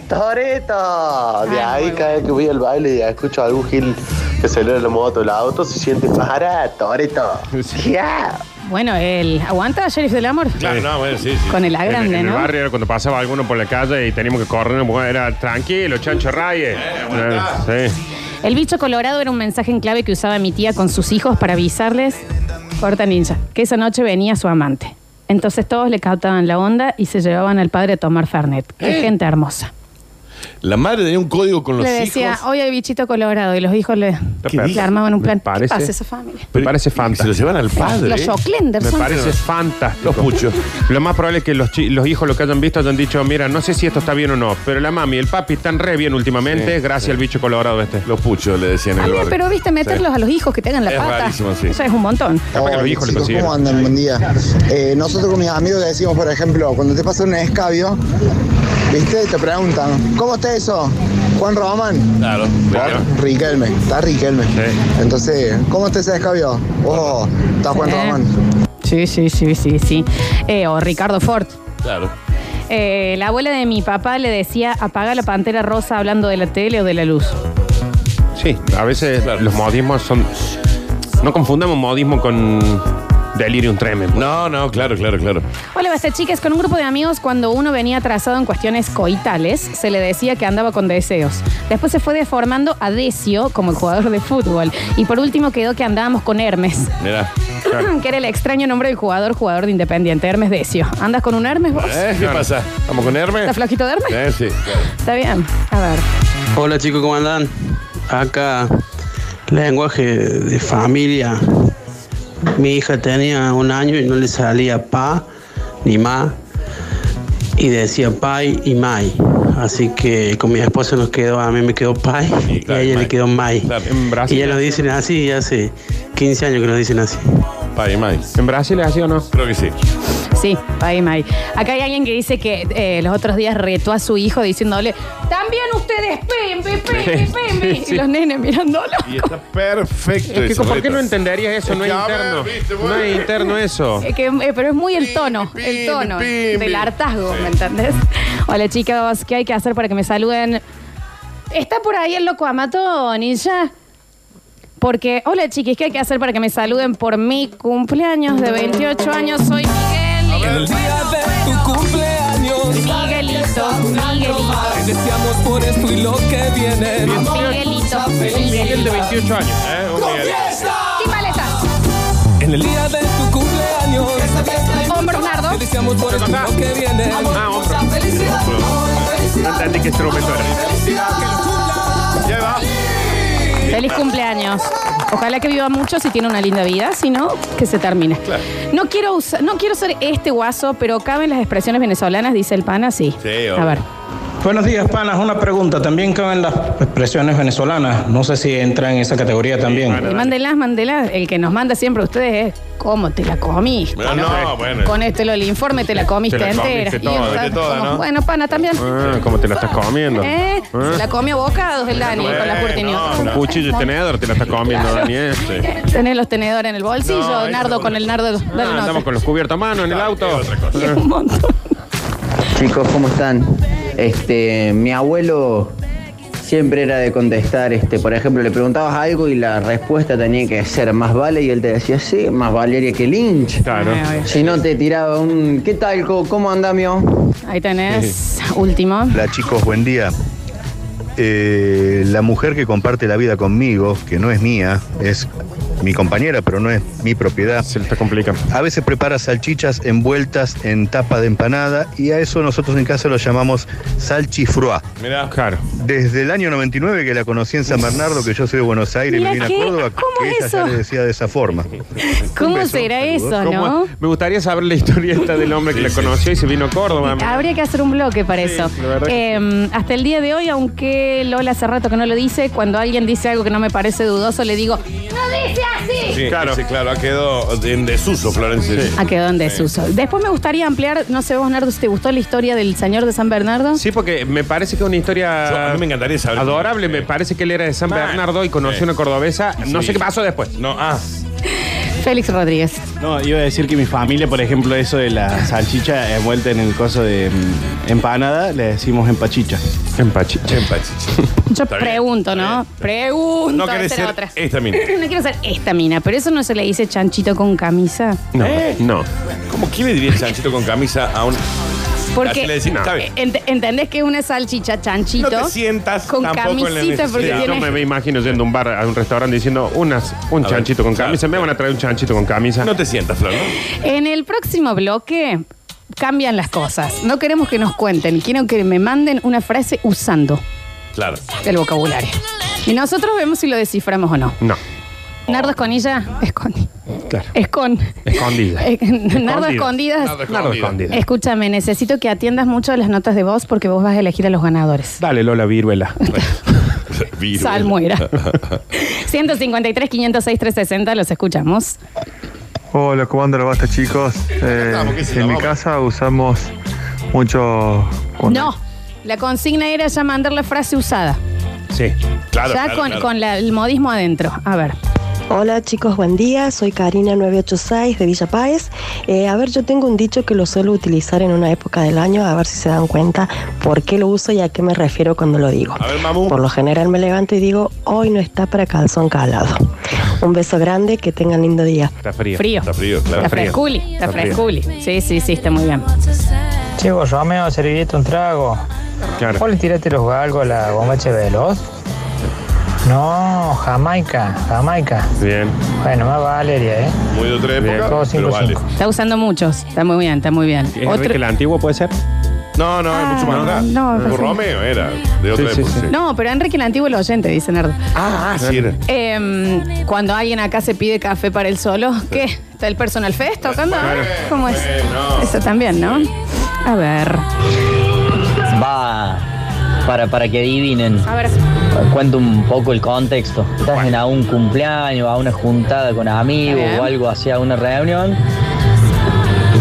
[SPEAKER 19] Toreto. De ahí cada vez que voy al baile y escucho a algún gil que acelera la moto, el auto, se siente, para, Toreto. Yeah.
[SPEAKER 1] Bueno, el aguanta, Sheriff del Amor.
[SPEAKER 3] Claro, no, bueno, sí,
[SPEAKER 1] sí. Con el agrande,
[SPEAKER 3] en, en
[SPEAKER 1] ¿no?
[SPEAKER 3] el barrio era cuando pasaba alguno por la calle y teníamos que correr, bueno, era tranquilo, chancho raye. Eh, sí.
[SPEAKER 1] El bicho colorado era un mensaje en clave que usaba mi tía con sus hijos para avisarles, corta ninja, que esa noche venía su amante. Entonces todos le captaban la onda y se llevaban al padre a tomar Fernet. Qué
[SPEAKER 3] Eh.
[SPEAKER 1] gente hermosa.
[SPEAKER 2] La madre tenía un código con los
[SPEAKER 1] Le decía,
[SPEAKER 2] hijos.
[SPEAKER 1] hoy hay bichito colorado y los hijos le,
[SPEAKER 2] ¿Qué
[SPEAKER 1] le
[SPEAKER 2] dice?
[SPEAKER 1] armaban un plan.
[SPEAKER 2] Me parece-
[SPEAKER 1] ¿Qué pasa esa familia?
[SPEAKER 3] Me parece fantástico.
[SPEAKER 2] Se lo llevan al padre. ¿eh?
[SPEAKER 1] Los Aucklanders
[SPEAKER 3] Me
[SPEAKER 1] son-
[SPEAKER 3] parece fantástico.
[SPEAKER 2] Los puchos.
[SPEAKER 3] Lo más probable es que los, chi- los hijos lo que hayan visto hayan dicho, mira, no sé si esto está bien o no, pero la mami y el papi están re bien últimamente, gracias al bicho colorado este.
[SPEAKER 2] Los puchos le decían en el
[SPEAKER 1] También,
[SPEAKER 2] barrio.
[SPEAKER 1] pero viste, meterlos a los hijos que te hagan la
[SPEAKER 2] Es
[SPEAKER 1] pata.
[SPEAKER 2] rarísimo, sí.
[SPEAKER 1] Eso es un montón.
[SPEAKER 2] los hijos le
[SPEAKER 20] Chicos,
[SPEAKER 2] consiguen.
[SPEAKER 20] ¿Cómo andan? Buen día. Eh, nosotros con mis amigos le decimos, por ejemplo, cuando te pasa un escabio, ¿viste? Te preguntan, ¿cómo está eso? Juan Román.
[SPEAKER 2] Claro.
[SPEAKER 20] Por Riquelme. Está Riquelme. Entonces, ¿cómo está ese escabio? Oh, está Juan
[SPEAKER 1] Sí.
[SPEAKER 20] Román.
[SPEAKER 1] Sí, sí, sí, sí, sí. Eh, o Ricardo Ford.
[SPEAKER 2] Claro.
[SPEAKER 1] Eh, la abuela de mi papá le decía, apaga la pantera rosa hablando de la tele o de la luz.
[SPEAKER 3] Sí, a veces los modismos son... No confundamos modismo con delirium tremens.
[SPEAKER 2] No, no, claro, claro, claro.
[SPEAKER 1] Hola, basta chicas. Con un grupo de amigos, cuando uno venía atrasado en cuestiones coitales, se le decía que andaba con deseos. Después se fue deformando a Decio como el jugador de fútbol. Y por último quedó que andábamos con Hermes.
[SPEAKER 2] Mira.
[SPEAKER 1] que era el extraño nombre del jugador, jugador de Independiente, Hermes Decio. ¿Andas con un Hermes vos?
[SPEAKER 2] ¿Eh? ¿Qué pasa? ¿Vamos con Hermes?
[SPEAKER 1] ¿Está flojito de Hermes?
[SPEAKER 2] Eh, sí.
[SPEAKER 1] Está bien. A ver.
[SPEAKER 21] Hola chicos, ¿cómo andan? Acá, lenguaje de familia. Mi hija tenía un año y no le salía pa ni ma y decía pai y mai. Así que con mi esposa nos quedó, a mí me quedó pai y, a ella le quedó mai. y ya lo dicen así, ya hace 15 años que lo dicen así.
[SPEAKER 2] Pai y mai.
[SPEAKER 3] ¿En Brasil es así o no?
[SPEAKER 2] Creo que sí.
[SPEAKER 1] Sí, ahí, ahí. Acá hay alguien que dice que eh, los otros días retó a su hijo diciéndole, también ustedes, pimbi, pimbi, pimbi.
[SPEAKER 3] Sí.
[SPEAKER 1] Y los nenes mirándolo.
[SPEAKER 2] Y está perfecto.
[SPEAKER 3] Es que,
[SPEAKER 2] eso,
[SPEAKER 3] ¿Por qué
[SPEAKER 2] Rita.
[SPEAKER 3] no entenderías eso? No es
[SPEAKER 2] que, a ver,
[SPEAKER 3] interno.
[SPEAKER 2] viste,
[SPEAKER 3] No es interno eso.
[SPEAKER 1] Eh, que, eh, pero es muy el tono, el tono del hartazgo, ¿me entendés? Hola chicos, ¿qué hay que hacer para que me saluden? ¿Está por ahí el loco Amato, Ninja? Porque, hola chiquis, ¿qué hay que hacer para que me saluden por mi cumpleaños de 28 años? Soy Miguel.
[SPEAKER 22] tu cumpleaños.
[SPEAKER 1] Miguelito, Miguelito.
[SPEAKER 22] Te deseamos por esto y lo que viene.
[SPEAKER 1] Miguelito,
[SPEAKER 3] Miguel de 28 años.
[SPEAKER 2] ¿eh? Un Miguel.
[SPEAKER 1] ¿Qué mal está?
[SPEAKER 22] En el día de tu cumpleaños.
[SPEAKER 1] Hombro, Nardo.
[SPEAKER 22] Te deseamos por esto y lo que viene.
[SPEAKER 3] Ah, hombro. No entendí qué instrumento
[SPEAKER 2] Ya va.
[SPEAKER 1] Feliz cumpleaños. Ojalá que viva mucho si tiene una linda vida, si no, que se termine. No quiero usar, no quiero ser este guaso, pero caben las expresiones venezolanas, dice el pana, sí. A ver.
[SPEAKER 23] Buenos días, panas. Una pregunta. También caben las expresiones venezolanas. No sé si entra en esa categoría también.
[SPEAKER 1] Eh, Mándenlas, mándenlas. El que nos manda siempre a ustedes es cómo te la comiste.
[SPEAKER 2] Bueno, no, bueno.
[SPEAKER 1] Con este lo el informe te la comiste
[SPEAKER 3] Te la comiste
[SPEAKER 1] entera. Y
[SPEAKER 3] toda,
[SPEAKER 1] otra,
[SPEAKER 3] de toda,
[SPEAKER 1] como,
[SPEAKER 3] ¿no?
[SPEAKER 1] Bueno, pana también.
[SPEAKER 3] Ah, ¿Cómo te la estás comiendo?
[SPEAKER 1] Eh,
[SPEAKER 3] Ah.
[SPEAKER 1] Se la comió a bocados el Dani con la cortinilla.
[SPEAKER 3] Con cuchillo y tenedor te la estás comiendo, Daniel.
[SPEAKER 1] *laughs* Tenés los tenedores en el bolsillo,
[SPEAKER 3] No,
[SPEAKER 1] Nardo, con el Nardo. Dale nota.
[SPEAKER 3] Ah, Andamos con los cubiertos a mano en el auto. Eh.
[SPEAKER 24] Chicos, ¿cómo están? Este, mi abuelo siempre era de contestar, este, por ejemplo, le preguntabas algo y la respuesta tenía que ser más vale y él te decía, sí, más Valeria que Lynch. Claro.
[SPEAKER 1] Ah,
[SPEAKER 24] Si no te tiraba un, ¿qué tal? co- ¿Cómo anda, mío?
[SPEAKER 1] Ahí tenés, último.
[SPEAKER 25] Hola chicos, buen día. Eh, la mujer que comparte la vida conmigo, que no es mía, es mi compañera, pero no es mi propiedad. Se
[SPEAKER 3] está complicando.
[SPEAKER 25] A veces prepara salchichas envueltas en tapa de empanada y a eso nosotros en casa lo llamamos salchifrua.
[SPEAKER 2] Mirá.
[SPEAKER 3] Claro.
[SPEAKER 25] Desde el año 99 que la conocí en San Bernardo, que yo soy de Buenos Aires y me
[SPEAKER 1] Mirá
[SPEAKER 25] vine a
[SPEAKER 1] qué-
[SPEAKER 25] Córdoba,
[SPEAKER 1] ¿cómo
[SPEAKER 25] que ella
[SPEAKER 1] eso?
[SPEAKER 25] ya le decía de esa forma.
[SPEAKER 1] ¿Cómo será eso,
[SPEAKER 3] ¿Cómo?
[SPEAKER 1] no?
[SPEAKER 3] Me gustaría saber la historieta del hombre que la conoció y se vino a Córdoba.
[SPEAKER 1] Habría que hacer un bloque para eso.
[SPEAKER 3] la verdad que
[SPEAKER 1] Eh, hasta el día de hoy, aunque Lola hace rato que no lo dice, cuando alguien dice algo que no me parece dudoso, le digo, ¡No dice así!
[SPEAKER 2] Sí, claro. Sí, claro, ha quedado en desuso, Florencia.
[SPEAKER 1] Ha quedado en desuso. Después me gustaría ampliar, no sé vos, Nardo, si te gustó la historia del señor de San Bernardo.
[SPEAKER 3] Sí, porque me parece que es una historia
[SPEAKER 2] a mí me encantaría saber.
[SPEAKER 3] adorable. Me parece que él era de San Bernardo y conoció una cordobesa. No
[SPEAKER 4] Sí.
[SPEAKER 3] sé qué pasó después.
[SPEAKER 2] No, ah.
[SPEAKER 1] Félix Rodríguez.
[SPEAKER 4] No, iba a decir que mi familia, por ejemplo, eso de la salchicha envuelta en el coso de mm, empanada, le decimos empachicha.
[SPEAKER 3] Empachicha.
[SPEAKER 2] Empachicha.
[SPEAKER 1] Yo pregunto, ¿no? Pregunto.
[SPEAKER 4] No querés
[SPEAKER 1] esa era
[SPEAKER 4] ser
[SPEAKER 1] otra.
[SPEAKER 2] esta mina.
[SPEAKER 1] *laughs* no quiero ser esta mina, pero eso no se le dice chanchito con camisa.
[SPEAKER 3] No, no.
[SPEAKER 2] ¿Cómo quién le diría chanchito con camisa a un.
[SPEAKER 1] Porque
[SPEAKER 2] Así le decimos, está bien.
[SPEAKER 1] ent- entendés que es una salchicha chanchito.
[SPEAKER 2] No te sientas
[SPEAKER 1] con
[SPEAKER 2] tampoco en la
[SPEAKER 1] camisita porque
[SPEAKER 2] necesidad.
[SPEAKER 1] tiene-
[SPEAKER 3] Yo me me imagino yendo a un bar, a un restaurante diciendo unas, un
[SPEAKER 2] A ver,
[SPEAKER 3] chanchito con camisa. Me van a traer un chanchito con camisa.
[SPEAKER 2] No te sientas, Flor.
[SPEAKER 1] En el próximo bloque cambian las cosas. No queremos que nos cuenten, quiero que me manden una frase usando
[SPEAKER 2] Claro.
[SPEAKER 1] el vocabulario. Y nosotros vemos si lo desciframos o no.
[SPEAKER 3] No.
[SPEAKER 1] Nardo Esconilla, Esconi.
[SPEAKER 3] Claro.
[SPEAKER 1] Escon.
[SPEAKER 3] Escondida.
[SPEAKER 1] Eh, *laughs* Nardo
[SPEAKER 3] Escondida.
[SPEAKER 1] Escondidas.
[SPEAKER 3] Nardo
[SPEAKER 2] *laughs*
[SPEAKER 3] escondida.
[SPEAKER 1] Escúchame, necesito que atiendas mucho a las notas de voz porque vos vas a elegir a los ganadores.
[SPEAKER 3] Dale, Lola Viruela.
[SPEAKER 1] Salmuera. *laughs* 153, 506, 360, los escuchamos.
[SPEAKER 5] Hola, ¿cómo andan? Basta, chicos. Eh,
[SPEAKER 1] estamos, ¿qué se
[SPEAKER 5] en mi
[SPEAKER 1] llama?
[SPEAKER 5] casa usamos mucho. cuando-
[SPEAKER 1] No, la consigna era ya mandar la frase usada.
[SPEAKER 3] Sí,
[SPEAKER 5] claro.
[SPEAKER 1] ya con, con la- el modismo adentro. A ver.
[SPEAKER 26] Hola chicos, buen día. Soy Karina 986 de Villa Páez. Eh, a ver, yo tengo un dicho que lo suelo utilizar en una época del año, a ver si se dan cuenta por qué lo uso y a qué me refiero cuando lo digo. Por lo general me levanto y digo, hoy no está para calzón calado. Un beso grande, que tengan lindo día.
[SPEAKER 3] Está frío.
[SPEAKER 1] Frío.
[SPEAKER 2] Está frío, claro.
[SPEAKER 1] Está fresculi, está
[SPEAKER 26] Está frío.
[SPEAKER 1] fresculi. Sí, sí, sí, está muy bien.
[SPEAKER 18] Chivo, Romeo, servilleta, un trago.
[SPEAKER 3] Claro.
[SPEAKER 18] ¿Vos le tiraste los galgos a la bombacha veloz? No, Jamaica, Jamaica.
[SPEAKER 3] Bien.
[SPEAKER 18] Bueno, más Valeria, ¿eh?
[SPEAKER 2] Muy de otra época,
[SPEAKER 18] Todo
[SPEAKER 2] pero vale.
[SPEAKER 18] 5-5.
[SPEAKER 1] Está usando muchos. Está muy bien, está muy bien.
[SPEAKER 3] ¿Es Enrique el Antiguo, puede ser?
[SPEAKER 2] No, no,
[SPEAKER 3] Ah,
[SPEAKER 2] es mucho más atrás.
[SPEAKER 1] no,
[SPEAKER 2] Por
[SPEAKER 1] perfecto.
[SPEAKER 2] Romeo era, de otra
[SPEAKER 3] Sí, sí,
[SPEAKER 2] época. sí.
[SPEAKER 1] No, pero Enrique el Antiguo el oyente, dice Nardo.
[SPEAKER 2] Ah, sí era.
[SPEAKER 1] Em, cuando alguien acá se pide café para el solo, ¿qué? ¿Está el personal fest tocando? ¿Cómo es? Eso también, ¿no? A ver.
[SPEAKER 27] Va, para, para que adivinen.
[SPEAKER 1] A ver.
[SPEAKER 27] Cuento un poco el contexto. Estás en a un cumpleaños, a una juntada con amigos
[SPEAKER 1] Bien.
[SPEAKER 27] o algo así, a una reunión.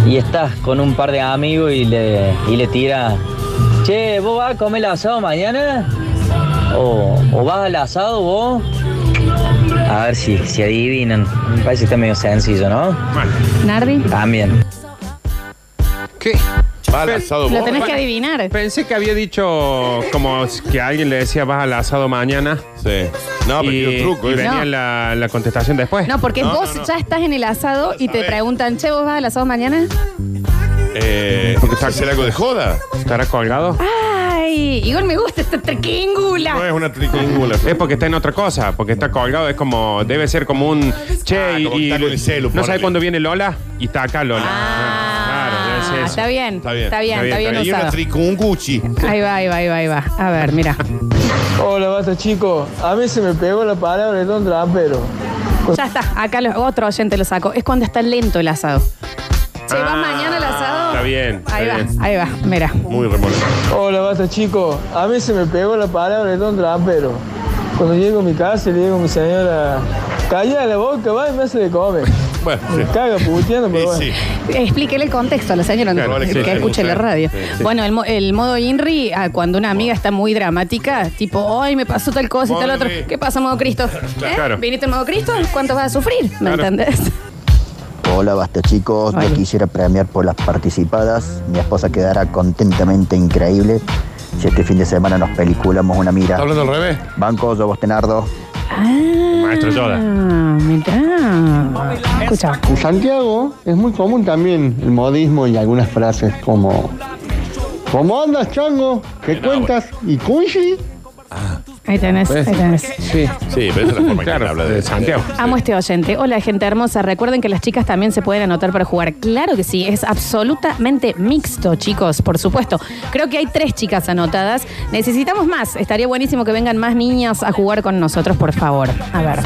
[SPEAKER 27] Y estás con un par de amigos y le, y le tira, che, ¿vos vas a comer el asado mañana? ¿O, o vas al asado vos? A ver si, si adivinan. Me parece que está medio sencillo, ¿no?
[SPEAKER 1] Nardi.
[SPEAKER 27] También.
[SPEAKER 3] ¿Qué?
[SPEAKER 1] Lo tenés que adivinar.
[SPEAKER 3] Pensé que había dicho como que alguien le decía vas al asado mañana.
[SPEAKER 2] Sí. No, pero
[SPEAKER 3] y,
[SPEAKER 2] tiene un truco,
[SPEAKER 3] y
[SPEAKER 2] ¿eh?
[SPEAKER 3] venía
[SPEAKER 1] No.
[SPEAKER 3] la, la contestación después.
[SPEAKER 1] No, porque vos ya estás en el asado y te preguntan, che, ¿vos vas al asado mañana?
[SPEAKER 2] Eh, ¿Será algo de joda?
[SPEAKER 3] ¿Estará colgado?
[SPEAKER 1] Ay, igual me gusta esta triquíngula.
[SPEAKER 2] es una tricúngula.
[SPEAKER 3] Es porque está en otra cosa, porque está colgado, es como, debe ser como un che
[SPEAKER 2] Ah,
[SPEAKER 3] y, y- no sabe cuándo viene Lola y está acá Lola. claro, debe ser
[SPEAKER 1] Ah,
[SPEAKER 3] eso.
[SPEAKER 1] está bien. Está bien, está bien, usado.
[SPEAKER 2] tricunguchi.
[SPEAKER 1] Ahí va, ahí va, ahí va, ahí va. A ver, mira.
[SPEAKER 7] Hola, basta chicos. A mí se me pegó la palabra de Don Trapero.
[SPEAKER 1] Ya está, acá lo- otro oyente lo saco. Es cuando está lento el asado. Che, ¿vas
[SPEAKER 7] Ah,
[SPEAKER 1] mañana al asado?
[SPEAKER 7] está
[SPEAKER 3] bien,
[SPEAKER 1] Ahí
[SPEAKER 7] está
[SPEAKER 1] va,
[SPEAKER 7] bien.
[SPEAKER 1] ahí va, mira.
[SPEAKER 2] Muy remolcado.
[SPEAKER 7] Hola, basta chicos. A mí se me pegó la palabra de Don Trapero. Cuando llego a mi casa y le digo a mi señora, calla la boca, va y me hace de comer.
[SPEAKER 2] Bueno,
[SPEAKER 7] me caga puteando, pero bueno.
[SPEAKER 1] Explíquele el contexto a la señora
[SPEAKER 7] Claro,
[SPEAKER 1] que-
[SPEAKER 7] sí,
[SPEAKER 1] que
[SPEAKER 7] sí,
[SPEAKER 1] escuche
[SPEAKER 7] sí,
[SPEAKER 1] la radio.
[SPEAKER 7] sí, sí.
[SPEAKER 1] Bueno, el, mo- el modo INRI, ah, cuando una amiga está muy dramática, tipo, ay, me pasó tal cosa y tal otro. ¿Qué pasa, modo Cristo? ¿Eh?
[SPEAKER 27] Claro.
[SPEAKER 1] ¿Viniste en modo Cristo? ¿Cuánto vas a sufrir? ¿Me entendés?
[SPEAKER 12] Hola, basta chicos. Yo quisiera premiar por las participadas. Mi esposa quedará contentamente increíble si este fin de semana nos peliculamos una mira.
[SPEAKER 2] ¿Está hablando al revés?
[SPEAKER 12] Banco, yo, Bostenardo.
[SPEAKER 3] Maestro Yoda.
[SPEAKER 1] Ah, Mirá. Escucha.
[SPEAKER 7] En Santiago es muy común también el modismo y algunas frases como ¿Cómo andas, chango? ¿Qué cuentas? ¿Y Kunshi?
[SPEAKER 1] Ahí tenés, ahí tenés.
[SPEAKER 7] Sí.
[SPEAKER 2] Sí, pero esa es la forma en que habla de Santiago.
[SPEAKER 1] Amo este oyente. Hola, gente hermosa. Recuerden que las chicas también se pueden anotar para jugar. Claro que sí, es absolutamente mixto, chicos, por supuesto. Creo que hay tres chicas anotadas. Necesitamos más. Estaría buenísimo que vengan más niñas a jugar con nosotros, por favor. A ver.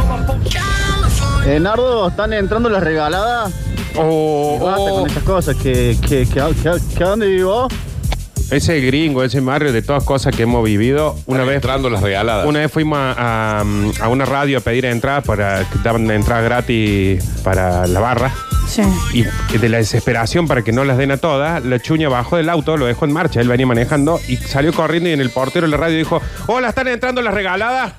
[SPEAKER 4] Eh, Nardo, están entrando las regaladas.
[SPEAKER 1] Ah.
[SPEAKER 3] Oh,
[SPEAKER 4] con esas cosas que, que, que, que- que- ¿a dónde vivo?
[SPEAKER 3] Ese gringo, ese barrio de todas cosas que hemos vivido, una vez
[SPEAKER 2] entrando las regaladas.
[SPEAKER 3] Una vez fuimos a, a- a una radio a pedir entrada para que daban entrada gratis para la barra.
[SPEAKER 1] Sí.
[SPEAKER 3] Y de la desesperación para que no las den a todas, la chuña bajó del auto, lo dejó en marcha, él venía manejando y salió corriendo y en el portero de la radio dijo, hola, están entrando las
[SPEAKER 2] *laughs*
[SPEAKER 3] regaladas.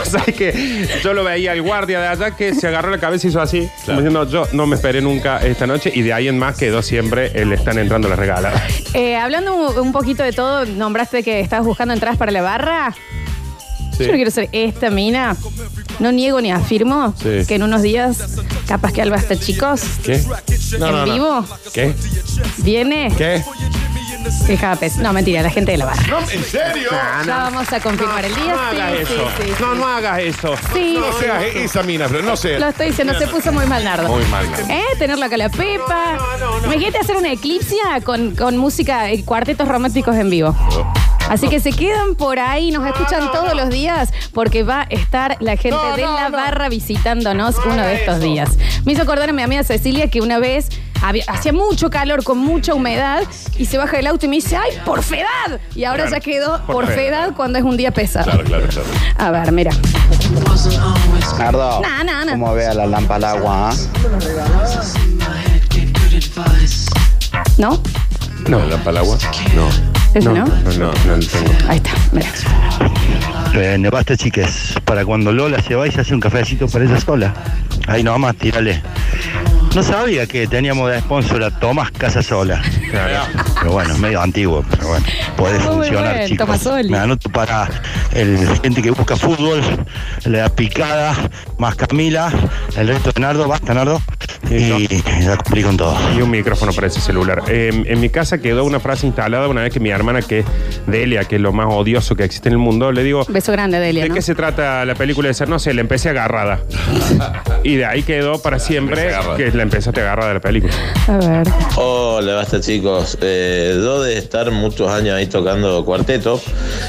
[SPEAKER 3] o sea que yo lo veía al guardia de allá que se agarró la cabeza y hizo así, como diciendo, yo no me esperé nunca esta noche y de ahí en más quedó siempre el están entrando las regaladas.
[SPEAKER 1] Eh, hablando un- un poquito de todo, nombraste que estabas buscando entradas para la barra.
[SPEAKER 3] Sí.
[SPEAKER 1] Yo no quiero ser esta mina. No niego ni afirmo
[SPEAKER 2] Sí.
[SPEAKER 1] que en unos días, capaz que al basta, chicos,
[SPEAKER 2] ¿Qué?
[SPEAKER 1] ¿En vivo?
[SPEAKER 2] ¿Qué?
[SPEAKER 1] viene
[SPEAKER 2] ¿Qué?
[SPEAKER 1] el Japes. No, mentira, la gente de la barra.
[SPEAKER 2] No, ¿En serio?
[SPEAKER 3] Ah.
[SPEAKER 1] Ya vamos a confirmar el día.
[SPEAKER 3] no hagas
[SPEAKER 1] Ah, sí,
[SPEAKER 3] eso.
[SPEAKER 1] sí, sí.
[SPEAKER 3] No, no hagas eso.
[SPEAKER 1] Sí.
[SPEAKER 2] No seas esa mina, pero no seas.
[SPEAKER 1] Lo estoy diciendo, se puso muy mal, Nardo.
[SPEAKER 2] Muy mal, Nardo.
[SPEAKER 1] ¿Eh? Tenerlo acá la pepa. Me dijiste hacer una eclipsia con, con música, eh, cuartetos románticos en vivo. Así que se quedan por ahí, nos escuchan todos los días, porque va a estar la gente de la barra visitándonos uno de estos días. Me hizo acordar a mi amiga Cecilia que una vez había- hacía mucho calor con mucha humedad y se baja del auto y me dice, ¡ay, porfedad! Y ahora
[SPEAKER 2] Claro,
[SPEAKER 1] ya quedó
[SPEAKER 2] por
[SPEAKER 1] porfedad cuando es un día pesado.
[SPEAKER 2] Claro, claro, claro.
[SPEAKER 1] A ver, mira.
[SPEAKER 12] Nardo,
[SPEAKER 1] No, no, no.
[SPEAKER 12] ¿cómo ve a la lámpara al agua? ah?
[SPEAKER 1] ¿No?
[SPEAKER 2] No. ¿La palagua? No.
[SPEAKER 1] ¿Ese no?
[SPEAKER 2] No, no, no tengo.
[SPEAKER 1] Ahí está, mira.
[SPEAKER 9] Bueno, basta, Eh, chiques. Para cuando Lola se vaya, hace un cafecito para ella sola. Ahí nomás, tírale. No sabía que teníamos de sponsor a Tomás Casasola. Pero bueno, medio antiguo, pero bueno, puede
[SPEAKER 1] Muy
[SPEAKER 9] funcionar,
[SPEAKER 1] bueno,
[SPEAKER 9] chicos.
[SPEAKER 1] Tomasoli.
[SPEAKER 9] Me anoto para el gente que busca fútbol, la picada, más Camila, el resto de Nardo, basta Nardo,
[SPEAKER 3] Y
[SPEAKER 9] la cumplí con todo.
[SPEAKER 3] Y un micrófono para ese celular. Eh, en, en mi casa quedó una frase instalada una vez que mi hermana, que es Delia, que es lo más odioso que existe en el mundo, le digo,
[SPEAKER 1] Beso grande, Delia,
[SPEAKER 3] ¿de
[SPEAKER 1] ¿no?
[SPEAKER 3] qué se trata la película de ser? No sé, la empecé
[SPEAKER 1] *laughs*
[SPEAKER 3] agarrada. y de ahí quedó para siempre que la empezaste agarrada de la película.
[SPEAKER 1] A ver.
[SPEAKER 10] Hola, basta chicos. Eh, yo de estar muchos años ahí tocando cuarteto,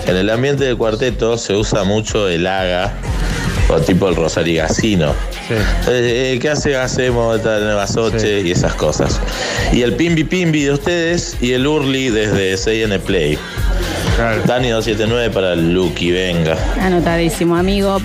[SPEAKER 10] en el ambiente del cuarteto se usa mucho el haga o tipo el Rosario Gacino. Eh, eh, ¿Qué hace Gacemo, tal, en el Basoche y esas cosas? Y el Pimbi Pimbi de ustedes y el Urli desde CN Play.
[SPEAKER 3] Tani
[SPEAKER 10] 279 para el Lucky, venga.
[SPEAKER 1] Anotadísimo, amigo.